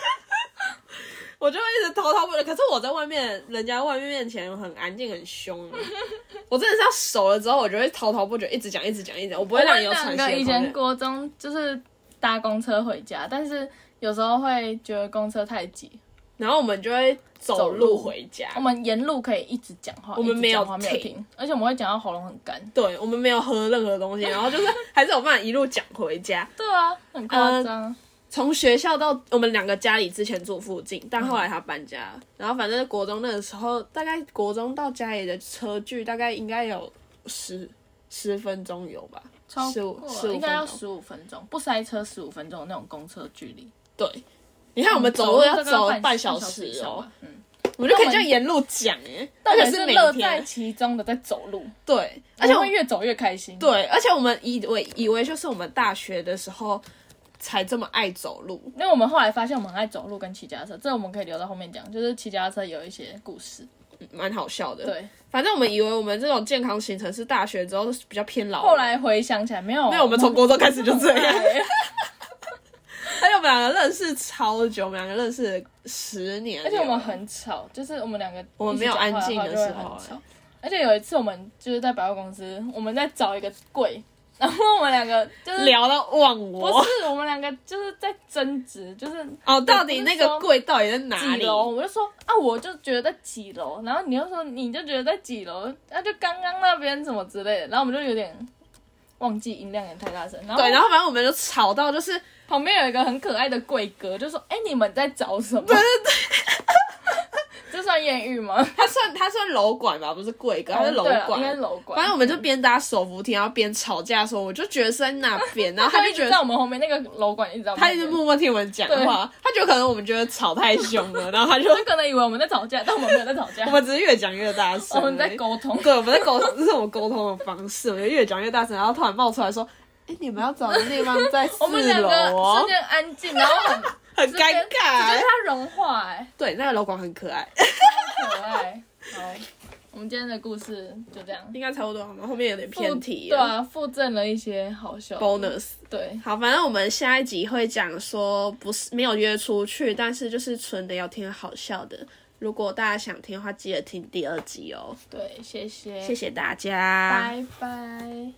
Speaker 1: 我就会一直滔滔不绝。可是我在外面，人家外面面前很安静、很凶啊。我真的是要熟了之后，我就会滔滔不绝，一直讲、一直讲、一直讲。我不会
Speaker 2: 我
Speaker 1: 让
Speaker 2: 们
Speaker 1: 你有
Speaker 2: 两
Speaker 1: 喘息
Speaker 2: 个以
Speaker 1: 的空
Speaker 2: 前
Speaker 1: 间。
Speaker 2: 国中就是搭公车回家，但是有时候会觉得公车太挤，
Speaker 1: 然后我们就会走路回家。
Speaker 2: 我们沿路可以一直讲话，
Speaker 1: 我们
Speaker 2: 一直
Speaker 1: 没有
Speaker 2: 讲话没有
Speaker 1: 停
Speaker 2: 停，而且我们会讲到喉咙很干。
Speaker 1: 对，我们没有喝任何东西，然后就是还是有办法一路讲回家。
Speaker 2: 对啊，很夸
Speaker 1: 呃
Speaker 2: 张。
Speaker 1: 从学校到我们两个家里之前住附近，但后来他搬家了，然后反正国中那个时候，大概国中到家里的车距大概应该有十十分钟有吧，
Speaker 2: 超
Speaker 1: 十
Speaker 2: 过
Speaker 1: 五十五
Speaker 2: 应该要
Speaker 1: 分钟。
Speaker 2: 十五分钟，不塞车十五分钟的那种公车距离。
Speaker 1: 对，你看我们呃走
Speaker 2: 路
Speaker 1: 路要
Speaker 2: 大概
Speaker 1: 走
Speaker 2: 半
Speaker 1: 半小
Speaker 2: 时
Speaker 1: 时
Speaker 2: 以上
Speaker 1: 哦
Speaker 2: 吧，，嗯，
Speaker 1: 我们就可以这样沿路讲哎，
Speaker 2: 但
Speaker 1: 而
Speaker 2: 我
Speaker 1: 且
Speaker 2: 是
Speaker 1: 每
Speaker 2: 乐在
Speaker 1: 天
Speaker 2: 其中的在走路，
Speaker 1: 对，而
Speaker 2: 而
Speaker 1: 且
Speaker 2: 且
Speaker 1: 我
Speaker 2: 会越走越开心。
Speaker 1: 对，而且我们以为以为就是我们大学的时候才这么爱走路，
Speaker 2: 因为我们后来发现我们很爱走路跟骑脚踏车，这我们可以留到后面讲，就是骑脚踏车有一些故事。
Speaker 1: 蛮好笑的。，
Speaker 2: 对，
Speaker 1: 反正我们以为我们这种健康行程是大学之后比较偏老，
Speaker 2: 后来回想起来没有，
Speaker 1: 因为我们从国中开始就这样。
Speaker 2: 对
Speaker 1: 而且我们两个认识超久，我们两个认识十年，
Speaker 2: 而且我们很吵，就是我们两个
Speaker 1: 我们没有安静的时候欸
Speaker 2: 一起讲话就会很吵。而且有一次我们就是在百货公司，我们在找一个柜，然后我们两个就是
Speaker 1: 聊到忘
Speaker 2: 不
Speaker 1: 我
Speaker 2: 是我们两个就是在争执，就是
Speaker 1: 哦，到底那个柜到底在哪
Speaker 2: 几
Speaker 1: 里？
Speaker 2: 楼，我就说啊，我就觉得在几楼，然后你就说你就觉得在几楼，那、就刚刚那边什么之类的，然后我们就有点忘记音量也太大声，然后
Speaker 1: 对，然后反正我们就吵到就是
Speaker 2: 旁边有一个很可爱的贵哥，就说哎、你们在找什么？ 这算艳遇吗？
Speaker 1: 他算他算楼管吧，不是柜哥，他是楼
Speaker 2: 对啊
Speaker 1: 管
Speaker 2: 应。该是楼管。
Speaker 1: 反正我们就边搭手扶梯，然后边吵架的时候，我就觉得是在那边，然后他
Speaker 2: 他
Speaker 1: 就
Speaker 2: 一
Speaker 1: 觉
Speaker 2: 直
Speaker 1: 得
Speaker 2: 在我们后面那个楼管一直在我们
Speaker 1: 他
Speaker 2: 后
Speaker 1: 一直
Speaker 2: 面，
Speaker 1: 默默听我们讲话，他觉得可能我们觉得吵太凶了，然后 他就
Speaker 2: 就可能以为我们在吵架，但我们没有在吵架
Speaker 1: 我，们只是越讲越大声，
Speaker 2: 我们在沟通。
Speaker 1: 对，我们在沟通，这是我们沟通的方式，我就越讲越大声，然后突然冒出来说：“哎、你们要找的地方在四
Speaker 2: 我们两
Speaker 1: 楼
Speaker 2: 个
Speaker 1: 哦
Speaker 2: 瞬，间安静，然后很
Speaker 1: 很
Speaker 2: 直接
Speaker 1: 尴
Speaker 2: 直接
Speaker 1: 尬。欸
Speaker 2: 它融化、哎”
Speaker 1: 对，那个楼管很可爱，
Speaker 2: 可爱。好，我们今天的故事就这样。
Speaker 1: 应该差不多，我们后面有点偏题，
Speaker 2: 对啊，附赠了一些好笑的。
Speaker 1: ，bonus。
Speaker 2: 对，
Speaker 1: 好，反正我们下一集会讲说，不是没有约出去，但是就是纯聊天好笑的。如果大家想听的话，记得听第二集哦。
Speaker 2: 对，谢谢，
Speaker 1: 谢谢大家，
Speaker 2: 拜拜。